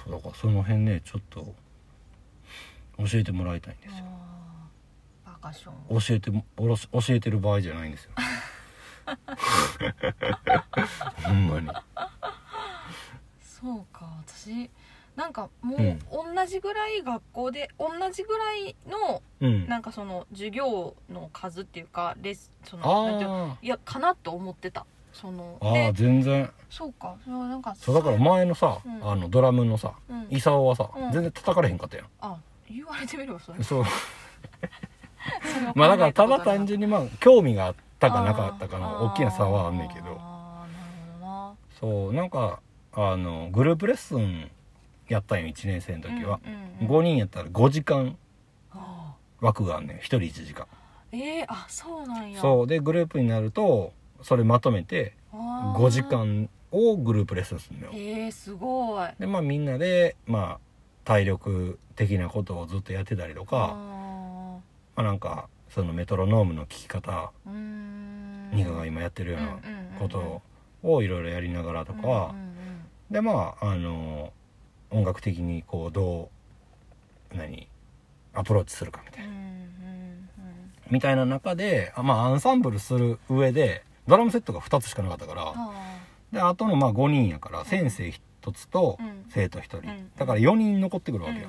そうだからその辺ねちょっと教えてもらいたいんで
うん
す
うん
よ
あーパーカッション
教えてもおろし教えてる場合じゃないんですよほんまに
そうか私なんかも
うん
う同じぐらい学校で同じぐらいの
うん
なんかその授業の数っていうかレスそのなんていうの
あ
いやかなと思ってたその
ーあー
で
全然
そうかそれはなんか
そうだから前のさ、
うん
あのドラムのさ
うん
功はさ、
うん
全然叩かれへんかったやん
あ言われてみればそ れ
そう
それを考えことがなかった
まあだからただ単純にまあ興味があったかなかったかの大きな差はあんねんけど
あーな
そうなんかあのグループレッスンやったんよ1年生の
るほどな
時は、、
うんうんうん
5人やったら5時間
あ
枠があんねん1人1時間
ーえー、あそうなんや
そうでグループになるとそれまとめて
あー
5時間をグループレッスンするのよ
えー、すごい
でまあみんなでまあ体力的なことをずっとやってたりとか、
あ
まあなんかそのメトロノームの聴き方
ーうーん
ニカが今やってるようなことをいろいろやりながらと
と
か、でまああの音楽的にこうどう何アプローチするかみたいなみたいな中であまあアンサンブルする上でドラムセットが2つしかなかったからであとのまあ5人やから先生1つと
うん
生徒1人、
ん
だから4人残ってくるわけよ、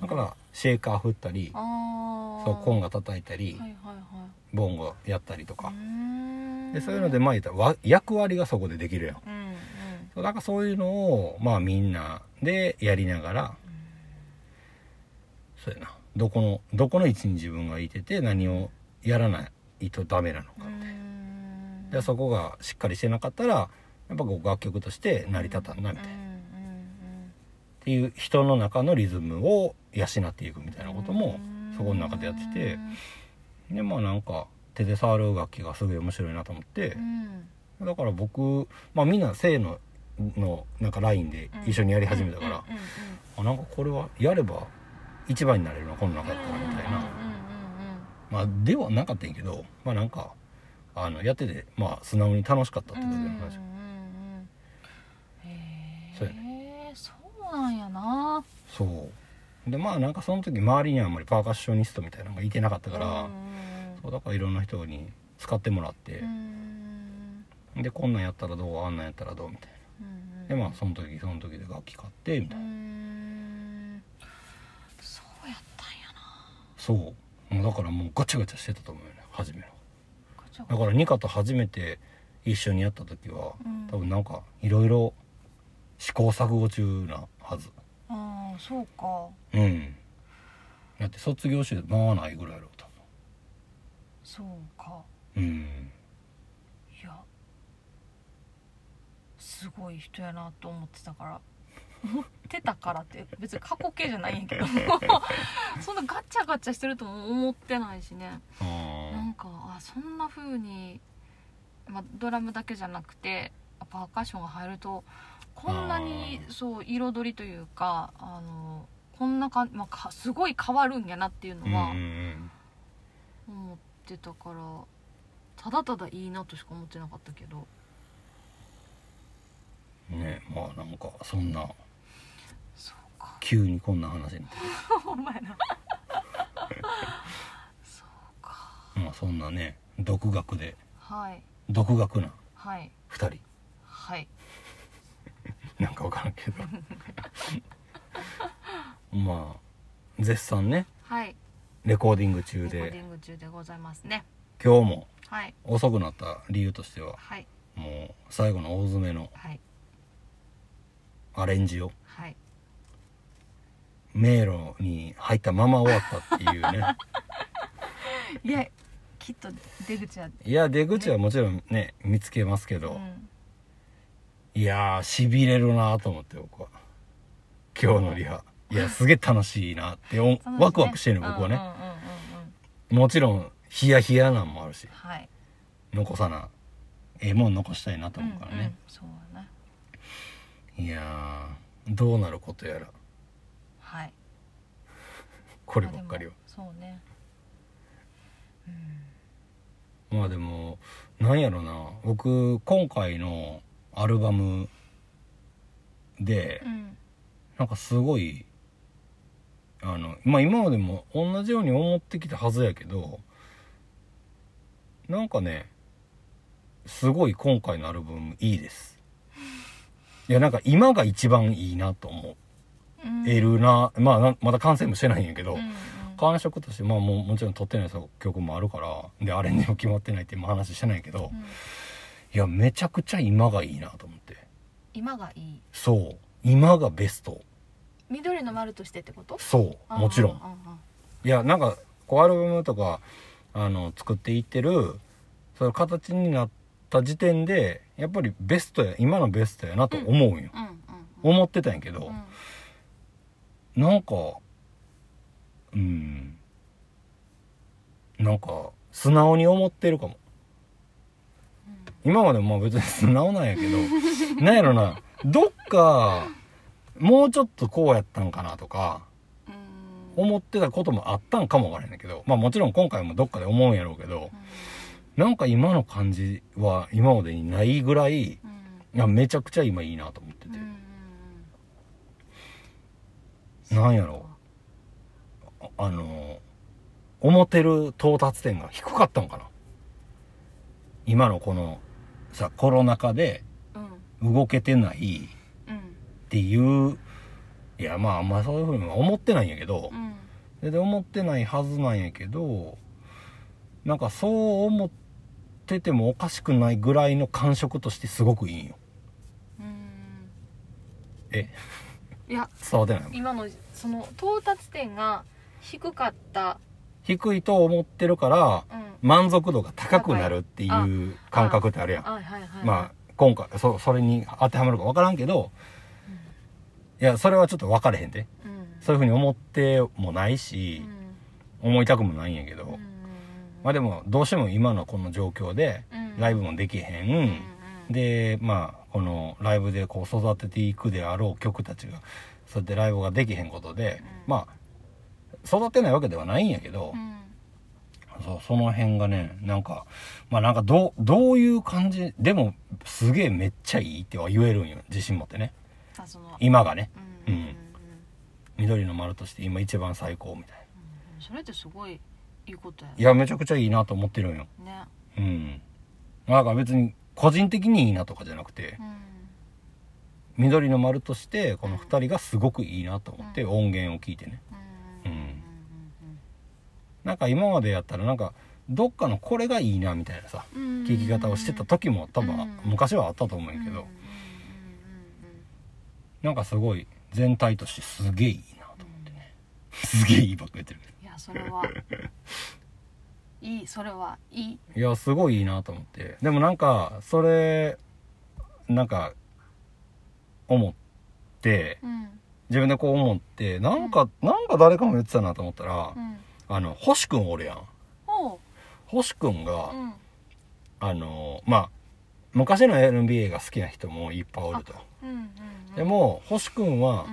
だ
だ
か
あ
らシェーカー振ったり
あ
そうコン
が
ガ叩いたり、
はいはいは
ボンゴやったりと
い
か
う、ーん
でそういうのでまあ言ったらわ役割がそこでできるやん
うんうん
そうなんかそういうのをまあみんなでやりながらそうやなどこのどこの位置に自分がいてて何をやらないとダメなのか
うーん
でそこがしっかりしてなかったらやっぱこう楽曲として成り立たんなみたいな
う
っ
んうん
ていう人の中のリズムを養っていくみたいな
うん
こともそこの中でやっててでまあなんか手で触る楽器がすごい面白いなと思って
うん
だから僕まあみんな性ののなんかラインで一緒にやり始めたから、
うんうんうん
あなんかこれはやれば一番になれるなこの中だったらみたい
うん
な、まあ、ではなかったんやけどまあなんかあのやっててまあ素直に楽しかったっ
う
て
ん
だ
うん
け
う
の
んうんうん
話、
うんへ
そうや
えそうなんやな
そうでまあなんかその時周りにはあんまりパーカッショニストみたいなのがいてなかったから、
うん
そうだからいろんな人に使ってもらって
う、ん
でこんなんやったらどうあんなんやったらどうみたい
うん
なでまあその時その時で楽器買ってみた
う
いな、
んそうやったんや
そうもうだからもうガチャガチャしてたと思うよね初めの
なこっちは
だからニカと初めて一緒にやった時は、
うん
多分なんかいろいろ試行錯誤中なはず
ああそうか
うんだって卒業して回らないぐらいやろ多
そうか
分うん
いやすごい人やなと思ってたから思ってたからって別に過去形じゃないんやけ どそんなガチャガチャしてるとも思ってないしねな
あ
んかあそんな風にまあドラムだけじゃなくてパーカッションが入るとこんなに
あ
そう彩りというかあのこんなか,、まあ、かすごい変わるんやなっていう
ーうんう
のは
ん
思ってたから、ただただいいなとしか思ってなかったけ ど
うんねまあなんかそんな
そうか
急にこんな話になって
ほんまやなそうか
まあそんなね独学で
はい
独学な
はい
2人
はい
なんか分からんけど まあ絶賛ね
はい
レコーディング中
レコーデ
で
ィング中でございますね
今日も
はい
遅くなった理由としては
はい
もう最後の大詰めの
はい
アレンジを
はい
迷路に入ったまま終わったっていう ね
いやきっと出口は、
いや出口はもちろんね見つけますけ
う
ど、
ん、
いやーしびれるなと思って僕は今日のリハいやすげえ楽しいなってお
楽しいね
ワクワクしてるの僕はね、
うんうんうんうんうん
もちろんヒヤヒヤなんもあるし
はい
残さなええもん残したいなと思うから
うんうん
ね、
そうだね
いやーどうなることやら
はい
こればっかりは
まあでもそうねうん
まあでもなんやろな僕今回のアルバムで、
うん
なんかすごいあのまあ今までも同じように思ってきたはずやけどなんかねすごい今回のアルバムいいですいやなんか今が一番いいなと思
うん
えるな、まあなまだ完成もしてないんやけど、
うんうん
感触としてまあもうもちろん撮ってない曲もあるからでアレンジも決まってないって今話してないけど、
う
い
ん
やめちゃくちゃ今がいいなと思って
今がいい
そう今がベスト
緑の丸としてってこと
そうもちろん
あああ
いやなんかこうアルバムとかあの作っていってるその形になった時点でやっぱりベストや今のベストやなと思うんよ、
ああうんうん
思ってたんやけど、
うん
なんかうんなんか素直に思ってるかも今までもまあ別に素直なんやけどなんやろなどっかもうちょっとこうやったんかなとか
うんうん
思ってたこともあったんかもわからへんねんけどまあもちろん今回もどっかで思うんやろうけどなんか今の感じは今までにないぐらいい
うん
やめちゃくちゃ今いいなと思って
うん
て、
うん
なんやろああの思ってる到達点が低かったんかな今のこのさコロナ禍で
うん
動けてない
うん
っていういやまああんまそういうふうには思ってないんやけど、
うん
でで思ってないはずなんやけどなんかそう思っててもおかしくないぐらいの感触としてすごくいいんよ
うん
え
いや
伝わってない
今のその到達点が低かった
低いと思ってるから
うん
満足度が高くなるっていう感覚ってあるやん
はいはいはい
まあ今回そそれに当てはまるか分からんけどいやそれはちょっと分かれへんで
うんうん
そういうふうに思ってもないし
うん、
思いたくもないんやけど、
うん
まあでもどうしても今のこの状況で
うん
ライブもできへん、
うんうん
でまあこのライブでこう育てていくであろう曲たちがそうやってライブができへんことで、
うん
まあ育てないわけではないんやけど
う、ん
そうその辺がねなんかまあなんかどうどういう感じでもすげえめっちゃいいっては言えるんよ自信持ってね
あその
今がね
うんうん
うん緑の丸として今一番最高みたいな
うんそれってすごいいいことや
いやめちゃくちゃいいなと思ってるんよ
ね
うんなんか別に個人的にいいなとかじゃなくて
うん
緑の丸としてこの2人がすごくいいなと思って
うん
音源を聞いてね
うん
うん
うん
なんか今までやったらなんかどっかのこれがいいなみたいなさ
うん
聞き方をしてた時も多分
うん
昔はあったと思うんやけ
う
ど
ん
なんかすごい全体としてすげえいいな とすげえいいばっか言ってる
いやそれはいいそれはいい
いやすごいいいなと思ってでもなんかそれなんか思って
うん
自分でこう思ってなんかなんか誰かも言ってたなと思ったら
うん
あの星くんおるやん
おう
星くんが
うん
あのまあ昔の NBA が好きな人もいっぱいおると
うんうんうん
でも星くんは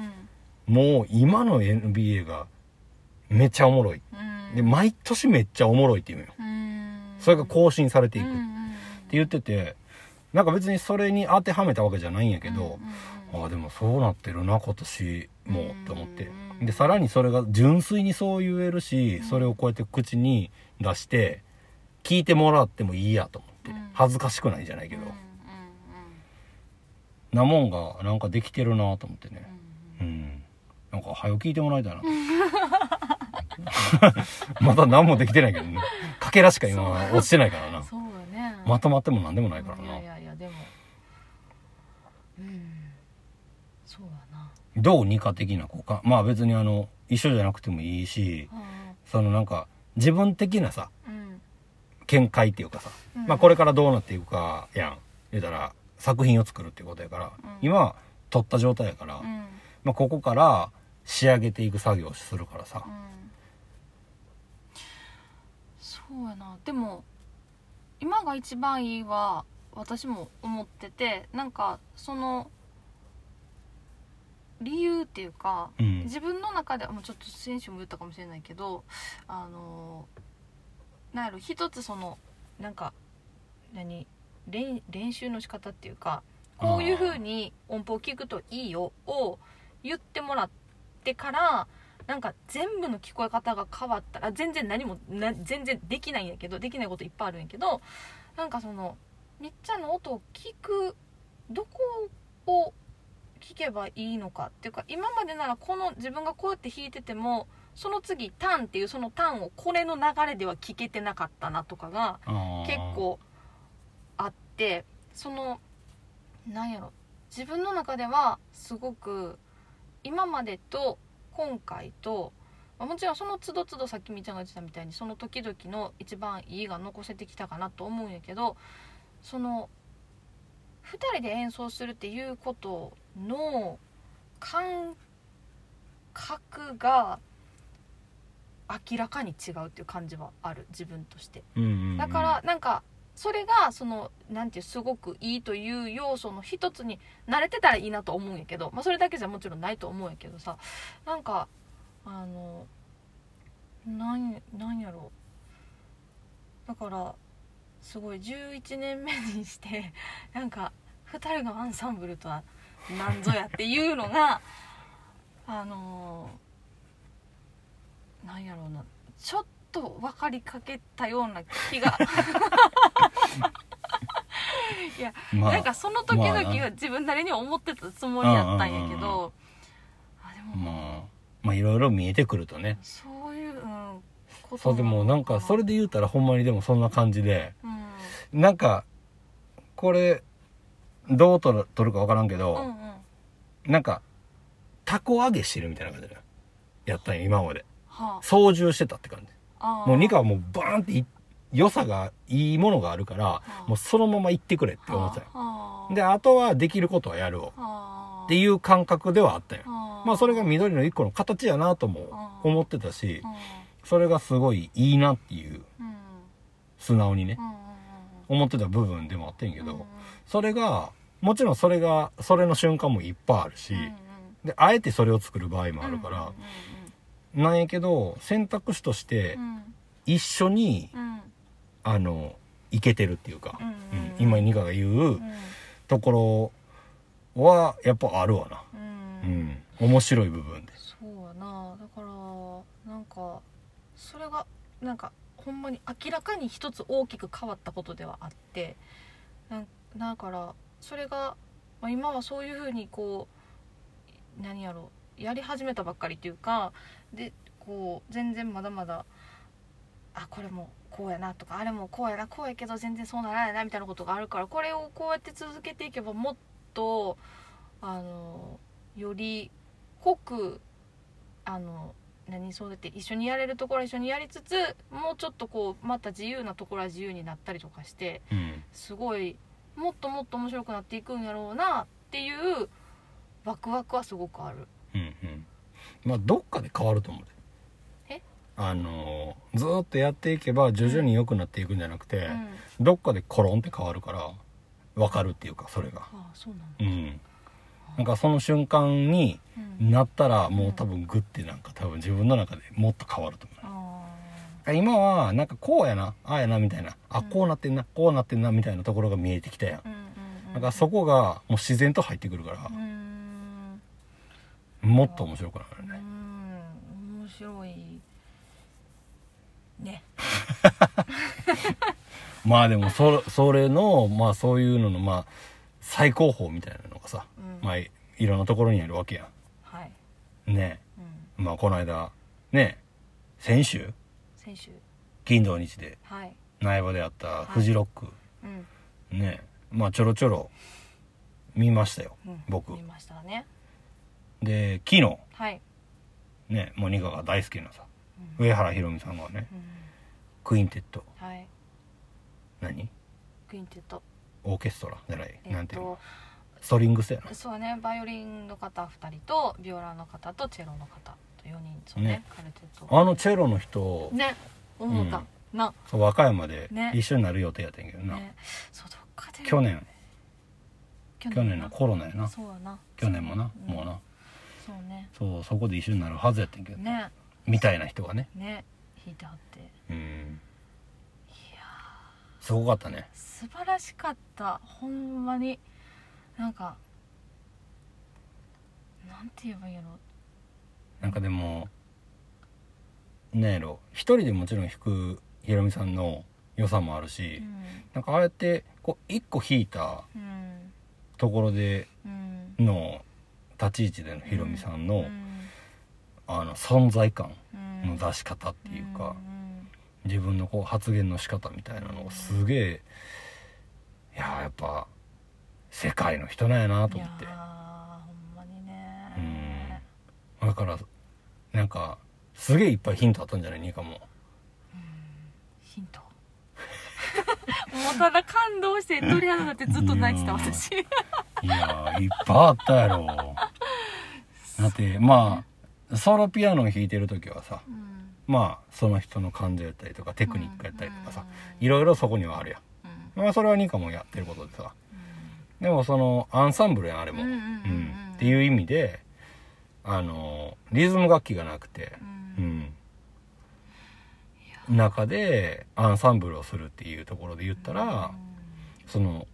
うん
もう今の NBA がめっちゃおもろい
うん
で毎年めっちゃおもろいって言うのよ
うん
それが更新されていくっ
うんうんうん
て言っててなんか別にそれに当てはめたわけじゃないんやけど
うんうんうん
ああでもそうなってるな今年もと思って
うん
でさらにそれが純粋にそう言えるしそれをこうやって口に出して聞いてもらってもいいやと思って、
うん
恥ずかしくないじゃないけど、
うんうん
なもんがなんかできてるなと思ってね
うんうん
うんなんか早く聞いてもらいたいな まだ何もできてないけどねかけらしか今は落ちてないからな
そうよね
まとまっても何でもないから
いやい
な
やいやでもうんそうやな
どうにか的な子かまあ別にあの一緒じゃなくてもいいしそのなんか自分的なさ
うん
見解っていうかさ、
うん
まあこれからどうなっていくかやん言うたら作品を作るっていうことやから、
うん
今は撮った状態やから、
うん
まあ、ここから仕上げていく作業をするからさ
う、んそうやなでも今が一番いいは私も思っててなんかその理由っていうか
うん
自分の中でもうちょっと選手も言ったかもしれないけどあのなんやろ一つそのなんか何練練習の仕方っていうかこういうふうに音符を聞くといいよを言ってもらってからなんか全部の聞こえ方が変わったら全然何もな全然できないんやけどできないこといっぱいあるんやけどなんかそのみっちゃんの音を聞くどこを聞けばいいのかっていうか今までならこの自分がこうやって弾いててもその次タンっていうそのタンをこれの流れでは聞けてなかったなとかが
あー
結構あってそのなんやろ自分の中ではすごく今までと今回とまあもちろんその都度都度さっきみーちゃんが言ってたみたいにその時々の一番いいが残せてきたかなと思うんやけどその2人で演奏するっていうことの感覚が明らかに違うっていう感じはある自分として。
うんうんうん
だからなんかそれがそのなんていうすごくいいという要素の一つに慣れてたらいいなと思うんやけど、まあ、それだけじゃもちろんないと思うんやけどさなんかあのなんなんやろうだからすごい11年目にして なんか2人のアンサンブルとは何ぞやっていうのがあのなんやろうなちょっと分かりかけたような気が
まあ
なんかその時々
まあな
は自分なりに思ってたつもりやったんや
うんう
け
んうん
ど、あで
ま
も、
あまあいろいろ見えてくるとね
そういう、うん、こ
そうでもなんかそれ
で、
で言うたらほんまにでもそんな感じで
うん、
なんかこれどう取る取るか分からんけ
うんうん
ど、なんかたこ揚げしてるみたいな感じだよやったんよ今まで
は
操縦してたって感じ
あ
もうニカはもうバーンってい良さがいいものがあるから
あ
もうそのまま行ってくれって思ってたよ
はあ
で、あとはできることはやるを。
はあ
っていう感覚ではあったよ。
はあ
まあそれが緑の一個の形やなとも
あ
思ってたし
う、ん
それがすごいいいなっていう、
うん
素直にね
う、んうん
思ってた部分でもあってんけ
うんうん
ど、それが、もちろんそれが、それの瞬間もいっぱいあるし、で、あえてそれを作る場合もあるから、なんやけど、選択肢として
うんうんうん
一緒に、
うんうん
あの、いけてるっていうか、
うん
うん今ニカが言う
うん
ところは、やっぱあるわな。
うん
うん。面白い部分で。
そうやなだからなんかそれがなんかほんまに明らかに一つ大きく変わったことではあってなんだからそれが、まあ、今はそういうふうにこう何やろうやり始めたばっかりというかでこう全然まだまだあこれもこうやなとかあれもこうやなこうやけど全然そうならないなみたいなことがあるからこれをこうやって続けていけばもっとあのより濃くあの何そうやって一緒にやれるところは一緒にやりつつもうちょっとこうまた自由なところは自由になったりとかして
うん。
すごいもっともっと面白くなっていくんやろうなっていうワクワクはすごくある。
うんうんまあどっかで変わると思うで
え
あのーずーっとやっていけば徐々に良くなっていくんじゃなくて、
うん、
どっかでコロンって変わるから分かるっていうかそれが
ああそうなの
うんなんかその瞬間に
うん
なったらもう多分グッてなんか多分自分の中でもっと変わると思う
あ
だから今はなんかこうやなああやなみたいなあ
うん
こうなってんなこうなってんなみたいなところが見えてきたやん
ーうんうんうん
だからそこがもう自然と入ってくるから
うーん
もっと面白くな
う
る
ー
ね
ん面白いね
まあでもそそれのまあそういうののまあ最高峰みたいなのがさ、
うん
まあいいろんなところにあるわけや
はい、
んね
う
え
ん、
まあこの間ねえ先週
先週
金土日で
はい
苗場であったフジロック、
うん
ねえまあちょろちょろ見ましたよ
うん
僕
見ましたね
で昨日
はい、
ねモニカが大好きなさ
うん
上原ひろみさんがね
うん
クインテッド
はい
何
クインテッド
オーケストラじゃない、
え
な
っ
んていうの
と
ストリングスや
そうねバイオリンの方2人とビオラの方とチェロの方と4人そうね
ね
カルテッ
な
ト
あのチェロの人、
ね思った、な、
そう和歌山で
ね
一緒になる予定やったんやけどな、
ねそうどっかで
去年
去
去年のコロナやな
そうやな
去年もな、
うん
もうな
そうね
そうそこで一緒になるはずやったんやけど、
ね
みたいな人がね
ね弾いてあってい
うん
や
すごかったね
ー素晴らしかったほんまになんかなんて言えばいいやろ
なんかでもなんやろ一人でもちろん弾くひろみさんの良さもあるし、
う
なんかああやってこう一個弾いた
んうん
ところで
うん
の立ち位置でのひろみさんの、
うん
あの存在感
うん
の出し方っていうか、
うん
自分のこう発言の仕方みたいなのがすげえいやーやっぱ世界の人なんやなと思って
いやーほんまに
う
ね
んだからなんかすげえいっぱいヒントあったんじゃないニカも
ヒント もうただ感動して鳥肌立ってずっと泣いてた
いやー
私
いやーいっぱいあったや ろだってまあソロピアノ弾いてる時はさ
うん
まあその人の感情やったりとかテクニックやったりとかさ
うん
いろいろそこにはあるや
うん
んまあそれはニカもやってることでさでもそのアンサンブルやんあれも、
うんうんうんうん
うんっていう意味であのリズム楽器がなくて、
う
うんん、中でアンサンブルをするっていうところで言ったら、その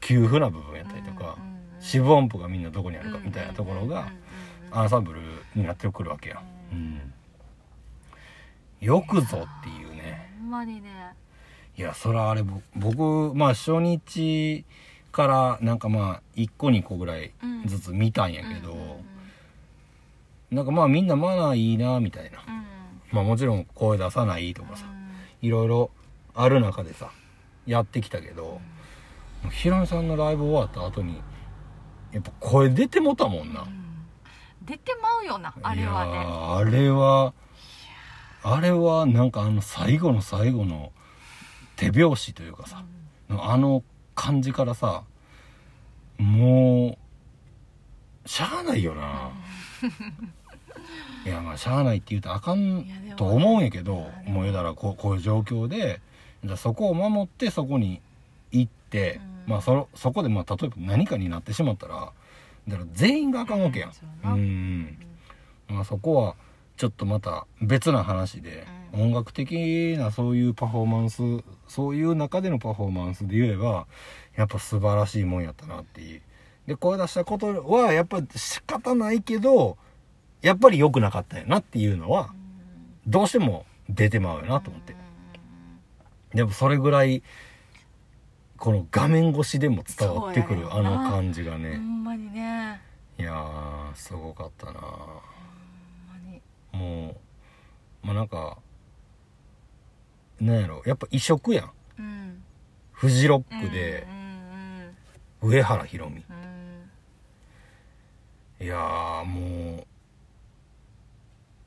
急風な部分やったりとか、
うんうんうん
四分音符がみんなどこにあ
うん
るかみたいなところ
うん
が
うんうんうん
アンサンブルになってくるわけや、
う
うんん、よくぞっていうね
ほんまにね
いやそらあれぼ僕まあ初日からなんかまあ1個2個ぐらいずつ見たんやけど、
うんうんうん
なんかまあみんなマナーいいなみたいな、まあもちろん声出さないと
うん
かさ、
うん
いろいろある中でさやってきたけど、ひろみさんのライブ終わった後にやっぱ声出てもたもんな、
うん出てまうよなあれはい
や
ね
ーあれはあれはなんかあの最後の最後の手拍子というかさ、あの感じからさもうしゃあないよ な、いやまあしゃあないって言うとあかん
いやでも
と思うんやけど
あでも
もう言うたらこうこういう状況でじゃあそこを守ってそこに行って、
うん
まあそのそこでまあ例えば何かになってしまったらだから全員があかんわけやん
うんそうやな
うんまあ、そこはちょっとまた別な話で、
うん
音楽的なそういうパフォーマンスそういう中でのパフォーマンスで言えばやっぱ素晴らしいもんやったなっていうで声出したことはやっぱ仕方ないけどやっぱり良くなかったよなっていうのは
うん
どうしても出てまうよなと思って
うん
でもそれぐらいこの画面越しでも伝わってくる
そ
あ
うやろな
の感じが
ほ
ね
んまにね
いやーすごかったな
ほんまに
もうまあなんかなんやろやっぱ異色やん
うん
フジロックで
うん
上原ひろみ
うんうん
いやーもう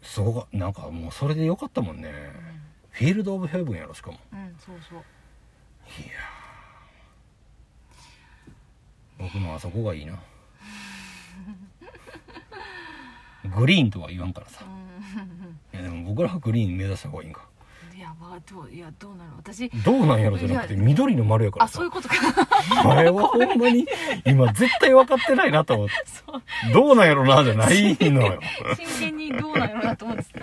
すごかなんかもうそれでよかったもんねフィールド・オブ・ヘブンやろしかも
うんうんそうそう
僕のあそこがいいなグリーンとは言わんからさ
う
いやでも僕らはグリーン目指した方がいいんか
んいやまあどういやどうなの私
どうなんやろじゃなくて緑の丸やから
あ
さ
そうい うことか
あれはほんまに今絶対分かってないなと思って
そう
どうなんやろなじゃないのよ
真剣にどうなのなと思ってた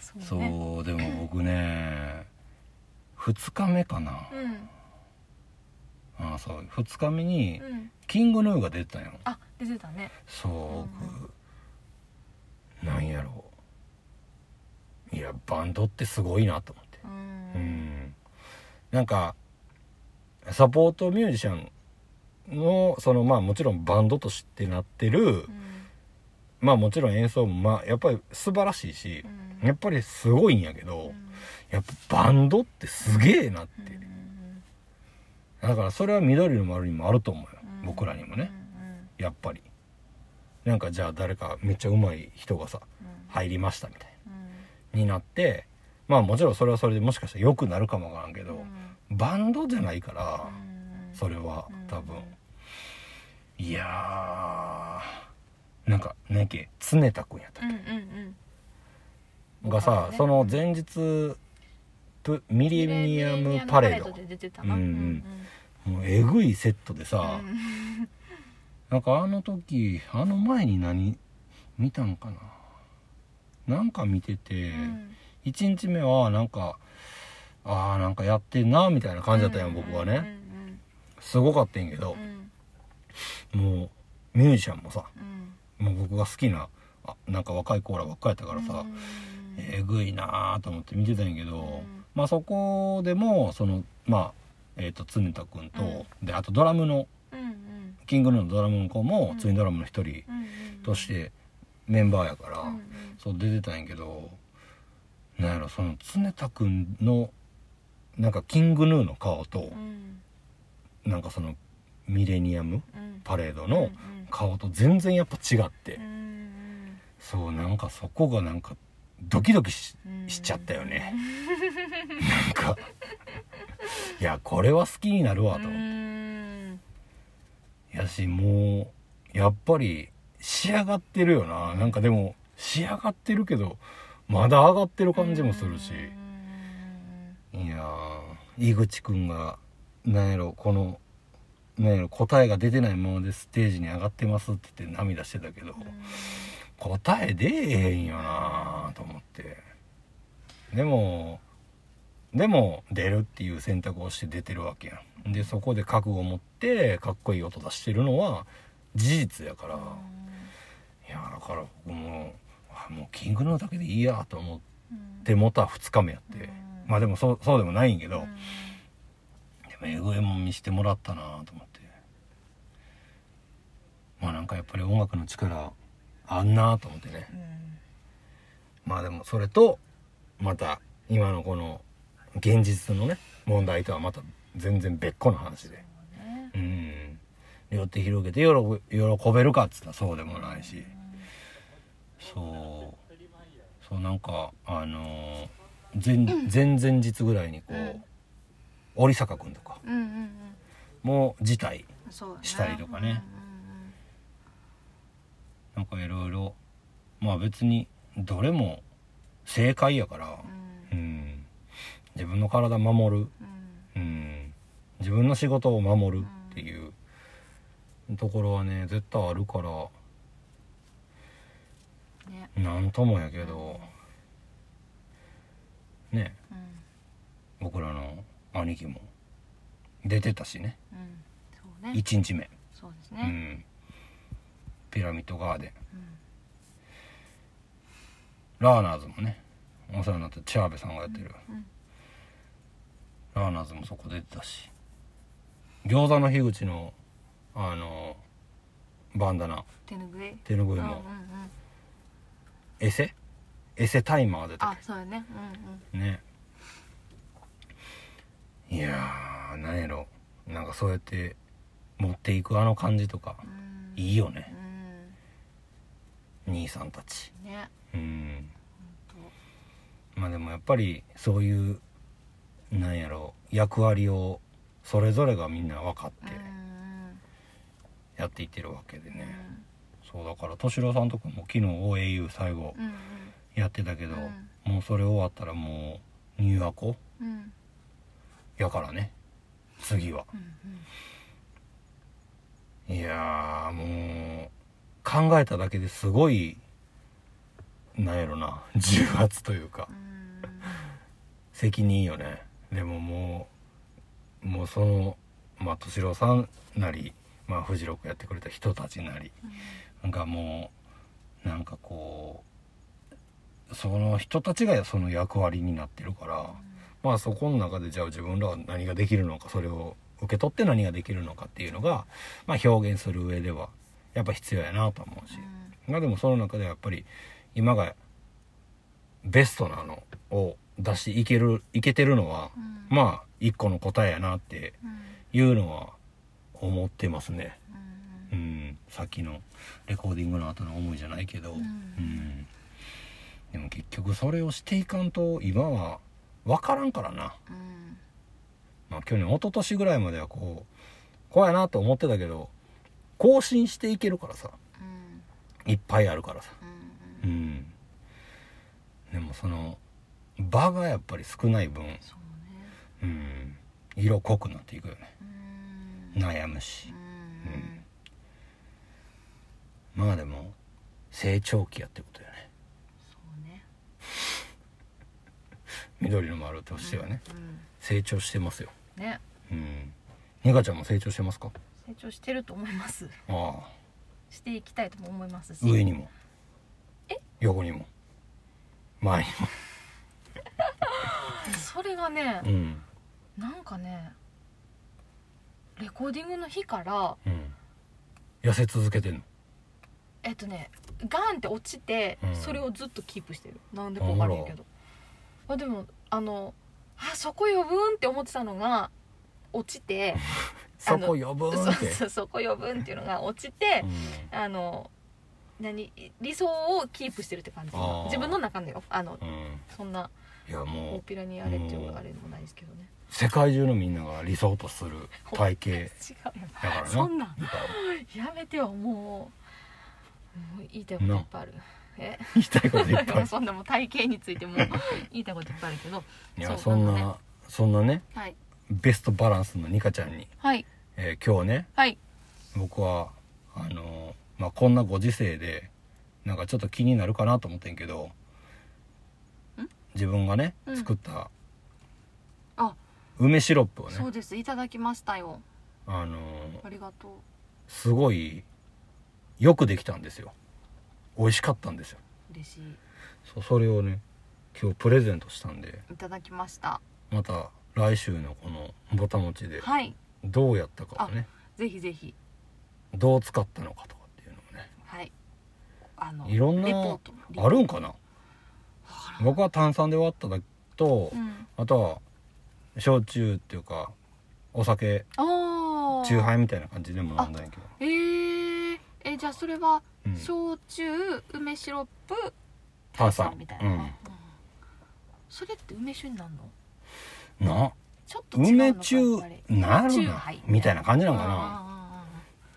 そ
そう
うね
でも僕ね2日目かな
う、ん
ああそう2日目に
うん
キングヌーが出てたんよ
あ出てたね
そう僕、なんやろういやバンドってすごいなと思ってう
う
んんなんかサポートミュージシャンのそのまあもちろんバンドとしてなってるまあもちろん演奏もまあやっぱり素晴らしいし
うん
やっぱりすごいんやけど
うん
やっぱバンドってすげえなって
うん
だからそれは緑の丸にもあると思うよ
うん
僕らにもね
うん
やっぱりなんかじゃあ誰かめっちゃ上手い人がさ
うん
入りましたみたい
うん
になってまあもちろんそれはそれでもしかしたら良くなるかもわからんけ
う
ど、
ん
バンドじゃないから、
うん
それは
うん
多分、いやーなんか何やっけ常田君やった
う
っ
んうんう
け
ん
が
僕
さ、
はね
その前日プミレニアムパレード
ミレニアムパレードで出てたな
うんうんもうえぐいセットでさ、 なんかあの時あの前に何見たんかななんか見てて、一1日目はなんかああなんかやってんなみたいな感じだったよ、ん、僕はね、すごかったんやけど、もうミュージシャンもさもう僕が好きなあなんか若いコーラばっかりやったからさ、えぐいなーと思って見てたんやけど、
うん
まあそこでもそのまあえっ、と常田君と、であとドラムのキングヌーのドラムの子も、
うん
ツインドラムの一人としてメンバーやから、そう出てたんやけどなんやろその常田君のなんかキングヌーの顔と、なんかそのミレニアムパレードの顔と全然やっぱ違って。そうなんかそこがなんかドキドキししちゃったよねなんかいやこれは好きになるわと思ってやしもうやっぱり仕上がってるよななんかでも仕上がってるけどまだ上がってる感じもするしいやー井口くんがなんやろこのなんやろ答えが出てないままでステージに上がってますって言って涙してたけど、答え出えへんよなと思ってでもでも出るっていう選択をして出てるわけやんでそこで覚悟を持ってかっこいい音出してるのは事実やから、いやだから僕もあもうキングのだけでいいやと思ってもた2日目やって、まあでもそうそうでもないんやけど、でもえぐいもん見してもらったなと思ってまあなんかやっぱり音楽の力あんなと思ってねまあでもそれとまた今のこの現実のね問題とはまた全然別個の話でうん両手広げて喜ぶ喜べるかっつったらそうでもないしそうそうなんかあのー前前々日ぐらいにこう織坂君とかも辞退なんかいろいろまあ別にどれも正解やからうん自分の体守るうん、自分の仕事を守るっていうところはね絶対あるからなんともやけどね僕らの兄貴も出てたしね1日目、
そうです
う
ね。
ん、ピラミッドガーデン
うん
ラーナーズもねお世話になったチャーベさんがやってる、
うん
ラーナーズもそこ出てたし餃子の樋口のあのバンダナ
手ぬぐい。
手拭いも、
うんうんうん。
エセエセタイマーでた
あ
っ、
そうやね。
けねいやーなんやろなんかそうやって持っていくあの感じとか
うんうん。
いいよ
う
ね
ん。
兄さんたち
ね。
うん
本
まあでもやっぱりそういうなんやろ役割をそれぞれがみんな分かっ
当。
て
うん
やっていってるわけで
うん。
ね、そうだから敏郎さんとかも昨日 OAU 最後
うん
やってたけど、
うん
もうそれ終わったらもう入学校
うん。うん
やからね次は
うんうん。
いやーもう考えただけですごいなんやろな重圧というか
うん
責任よねでももうもうそのまあ敏郎さんなり、まあ、フジロックやってくれた人たちなり
うん
がもうなんかこうその人たちがその役割になってるからまあそこの中でじゃあ自分らは何ができるのかそれを受け取って何ができるのかっていうのが、まあ、表現する上ではやっぱ必要やなと思うし、まあでもその中でやっぱり今がベストなのを出していけるいけてるのは、
あ
まあ一個の答えやなっていうのは思ってますね、うん、さっきのレコーディングの後の思いじゃないけど、うん、でも結局それをしていかんと今は分からんからな、まあ、去年一昨年ぐらいまではこうこうやなと思ってたけど更新していけるからさいっぱいあるからさうんでもその場がやっぱり少ない分、
そうね
うん、色濃くなっていくよね
うん
悩むし
うん
まあでも成長期やってことよね
そうね
緑の丸としてはね
うん
成長してますよ
ね
うんニカちゃんも成長してますか
成長してると思います
ああ
していきたいとも思いますし
上にも
え
横にも前に
それがね
もうん
なんかねレコーディングの日から
うん痩せ続けてんの
えっとねガンって落ちて、
うん
それをずっとキープしてるなんでか分からんけどあでもあのあそこ呼ぶんって思ってたのが落ちてあ
そ
の
こ呼ぶ
そ
ん
う
って
そうそこ呼ぶんっていうのが落ちて
うん
あの何理想をキープしてるって感じ
あー
自分の中のよあの
うん
そんない
やも
大
う
っぴらにあれっていうあれでもないですけどね
世界中のみんなが理想とする体型
違うよ
だからな
そんなんやめてよもうもう言いたいこといっぱいあるえ
言いたいこといっぱい
そんなもう体型についてもう言いたいこといっぱいあるけど
いや
そ
そ
うんなんか
なそんなね
はい
ベストバランスのニカちゃんに、
はい
えー今日ね
はい
僕はあのーまあ、こんなご時世でなんかちょっと気になるかなと思ってんけど自分がね
うん
作った
あ
梅シロップをね、
そうですいただきましたよ
あのー
ありがとう
すごいよくできたんですよ美味しかったんですよ
嬉しい
そうそれをね今日プレゼントしたんで
いただきました
また来週のこのぼたもちで
はい
どうやったかをね
ぜひぜひ
どう使ったのかとかっていうのをね
はいあの
いろんな
レポート
あるんかな僕は炭酸で割っただけと、
うん
あとは焼酎っていうかお酒
ああ
酎ハイみたいな感じでも飲んだんやけど
えー、えじゃあそれは、
うん
焼酎梅シロップ
炭酸
みたいな、うんそれって梅酒になるの
うん、な
ちょっと違うの
梅
か
酎
やっぱり
なる
酎
な
ハイ
みたいな感じなのかな
あ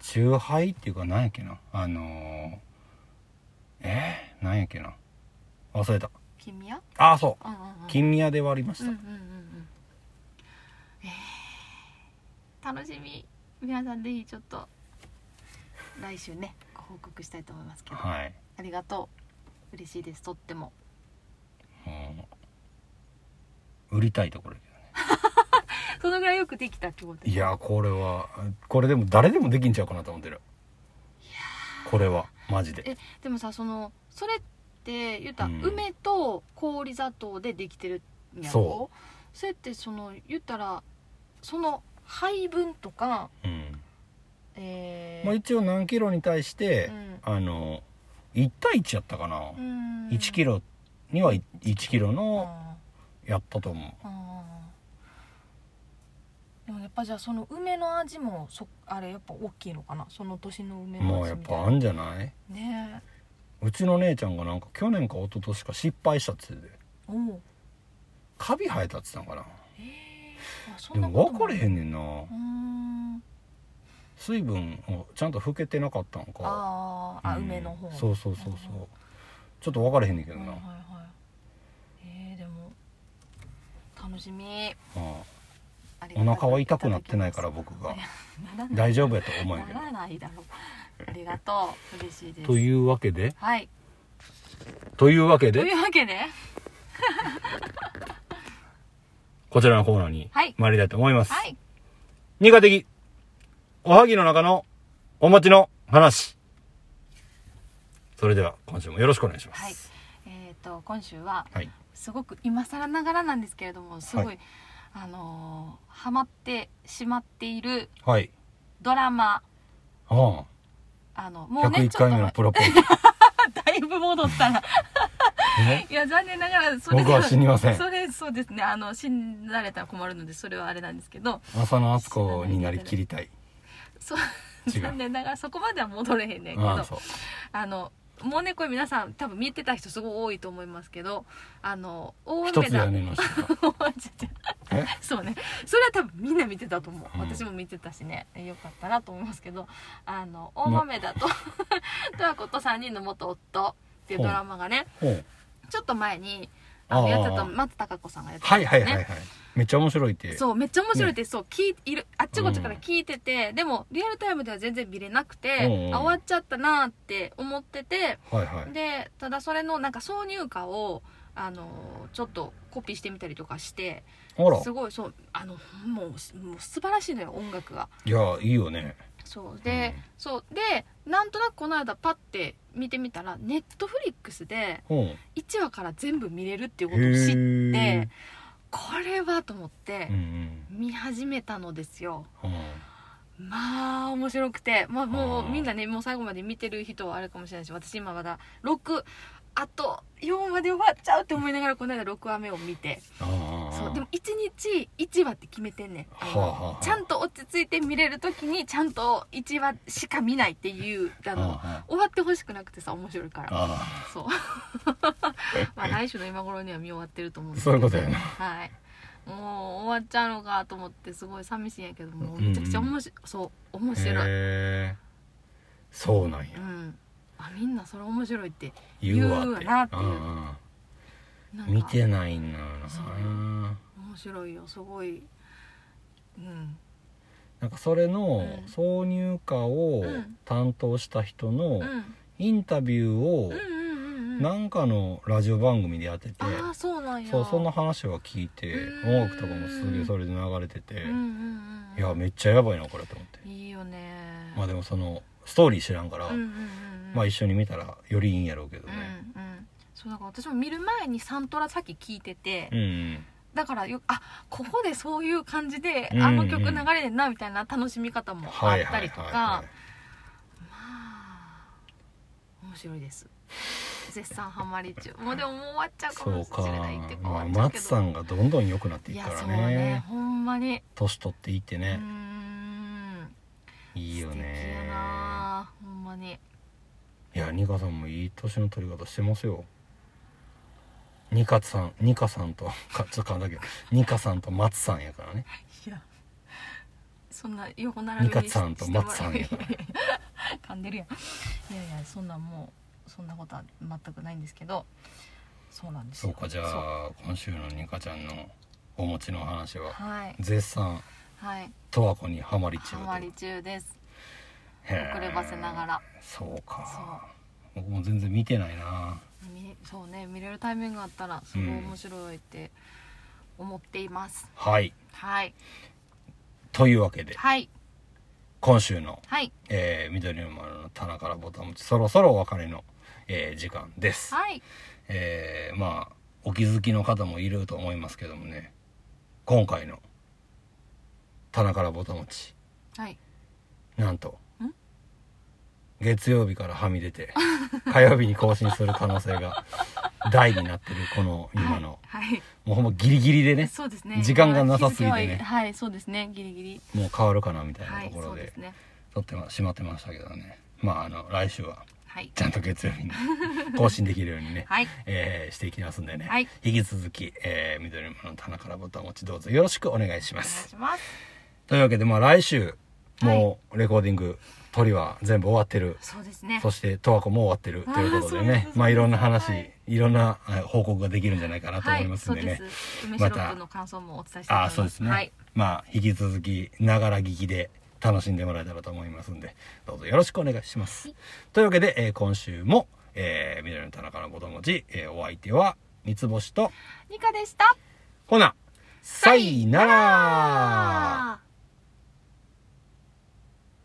酎ハイっていうか何やっけなあのー、えー、何やっけな忘れた
ー金宮
ああそ
うんうんう
うん金宮で割りまし
うんう
た、
んうんうんえー、楽しみ皆さんぜひちょっと来週ねご報告したいと思いますけどあ
はい
りがとう嬉しいですとっても
もう売りたいところやけどね
そのぐらいよくできたってこと
いやーこれはこれでも誰でもできんちゃうかなと思ってるこれはマジで
えでもさそのそれって言ったら、
うん
梅と氷砂糖でできてるんやろ
そ
それってその言ったらその配分とか
うん
えー
まあ、一応何キロに対して、あの1対1やったかな、
うん、
1キ
ロ
ロには1キロの
あ
やったと思
ーあーでもやっぱじゃあその梅の味もそあれやっぱ大きいのかなその年の梅
うも
の
う
味
やっ
みたい
ぱ
な
あんじゃない
ねえ
うちの姉ちゃんがなんか去年か一昨年か失敗したっつってて
おう
カビ生えたっつったんかな
えー、あそ
で
んなこ
も
と
分かれへ
ん
んねんな
うーん
水分をちゃんと老けてなかったんか
あーあ、
うん
梅の方
そうそうそうそうちょっと分かれへんねんけど
はい
な、
はいはいえー、でも楽しみ
ま
あり
あ、
が
お
た
腹は痛くなってないから僕が
ならない
大丈夫やと思うんやけ
ならないだろうありがとう嬉しい
ど
です
というわけで
はい
というわけ
と
で
いうわけで
こちらのコーナーに
はい
参りたいと思います。
はい
苦手的、おはぎの中のお餅の話。それでは今週もよろしくお願いします。
はいえーっと今週は
はい
すごく今更ながらなんですけれどもすごい、
は
あのーハマってしまっている
はい
ドラマ
あ
あの
あ
もうね
101
ちょ
回
っと
目の
前
プロポーズ
だいぶ戻っ たら
ね
いや残念ながらそれ
僕は死にません
それそうですねあの死んだれたら困るのでそれはあれなんですけど
浅野敦子になりきりたい
そう
違う
残念ながらそこまでは戻れへんねんけど
あ
あ
あそう
のもうねこれ皆さん多分見てた人すごい多いと思いますけどあの大
一
雨
つ
だ
屋根の人が え
そうねそれは多分みんな見てたと思う、
うん
私も見てたしねよかったなと思いますけどあの大豆だと 「とわこと3人の元夫」っていうドラマがね
ほう
ちょっと前にあの
ああ
やってた松たか子さんがやってた
は
ん
い
です
はい
ね、
はいはいめっちゃ面白いって
そうめっちゃ面白いって、そう聞いいるあっちこっちから聞いてて、でもリアルタイムでは全然見れなくて、
うんうん
あ終わっちゃったなって思ってて
はいはい
でただそれのなんか挿入歌をあのちょっとコピーしてみたりとかして
ほら
すごいそうあのもうもう素晴らしいのよ音楽が
いやいいよね
そうで、
うん
そうでなんとなくこの間パッて見てみたらネットフリックスで
ほう
1話から全部見れるっていう
へ
ことを知っ
え
てこれはと思って
うんうん
見始めたのですよ、
うん
まあ面白くて、まあ、
あ
もう
ー
みんなねもう最後まで見てる人はあるかもしれないし私今まだ6あと4まで終わっちゃうって思いながらこの間6話目を見て
ああ
そうでも1日1話って決めてんねんあの
はあはあはあ
ちゃんと落ち着いて見れる時にちゃんと1話しか見ないっていうあ
あ
の
あ
終わってほしくなくてさ面白いから
あ
そう まあ来週の今頃には見終わってると思うん
あ
です
そういうことやな
はいもう終わっちゃうのかと思ってすごい寂しいんやけども
う
うん
うん
めちゃくちゃ面白い、そう面白い、
へえそうなんや
うん、あみんなそれ面白いって
言うわって
言うわなっていう
うんうん
なんか
見てないんだよな
そう面白いよすごいうん
なんかそれの
うん
挿入歌を
うん
担当した人の
うんうん
インタビューを
うんうんうん
なんかのラジオ番組でやってて、
ああそうなんや
そうそんな話は聞いて
うん
音楽とかもすげえそれで流れてて、
うんうんうん
いやめっちゃやばいなこれと思って、
いいよね
まあでもそのストーリー知らんから、
うんうんうんうん
まあ一緒に見たらよりいいんやろうけど
うん
ね
うんそうだから私も見る前にサントラさっき聞いてて、
うん、うん
だからよあここでそういう感じで、
うんうん
あの曲流れてんなみたいな楽しみ方もあ
は
っ
いは
た
いはい
りとか、
は
まあ面白いです絶賛ハマり中も うでももう終わっちゃう
い
か
そう
も
か
しれないっていうか
まあ
終わっちゃうけ
松
ど、
さんがどんどん良くなってい
い
く
や
か
そ
ら
う
ね
ねほんまに
年取っていって
うー
ね、
ん
いいよね
素敵やなほんまに
いやニカさんもいい年の取り方してますよニカさんニカさんと かちょっと噛んだけどニカさんと松さんやからね
いやそんな横並びに
ミカさんと松さんや
や
から
噛んでるやんいやいやそんなもうそんなことは全くないんですけどそうなんです
そ
よ
うかじゃ
そう
あ今週のニカちゃんのお餅の話は
はい
絶賛
はい
十和子にハマり中
ハマり中です
へー
遅ればせながら
そうか僕も全然見てないな
みそうね見れるタイミングがあったらすごい面白いって思っています、
はい
はい
というわけで
はい
今週の
はい
「えー、緑の丸の棚からボタン持ち」そろそろお別れの、えー時間です、
はい
えーまあお気づきの方もいると思いますけどもね今回の「棚からぼたもち
はい」
なんと
ん
月曜日からはみ出て火曜日に更新する可能性が大になってるこの今の、
はい、
もうほんまギリギリで
は
ね
い、そうですね
時間がなさすぎてね
日付はいはいそうですねギリギリ
もう変わるかなみたい
は
ないとこ
そ
ろ
う
で、
ですね
撮ってましまってましたけどねまああの来週は
はい
ちゃんと月曜日に 更新できるようにね、
はい
えーしていきますんでね、
はい
引き続き、えー、緑の棚からボタンを持ちどうぞよろしくお願いしま
お願い
す
します
というわけでまあ来週もうレコーディング撮りは全部終わってる、
そうですね
そして十和子も終わってるということで
あーそうです
ね
そうです
まあいろんな話、
はいい、
ろんなえー報告ができるんじゃないかなと思いますんでね、
はい、そうです梅シロップの感想もお伝えしたいと思い
あ
ま
あ
す
そうですね、
はい、
まあ引き続きながら聞きで楽しんでもらえたらと思いますんでどうぞよろしくお願いします、
はい
というわけで、えー今週も、えー、緑の田中の子供ち、えーお相手は三つ星と
ニカでした
ほなさいなら
あー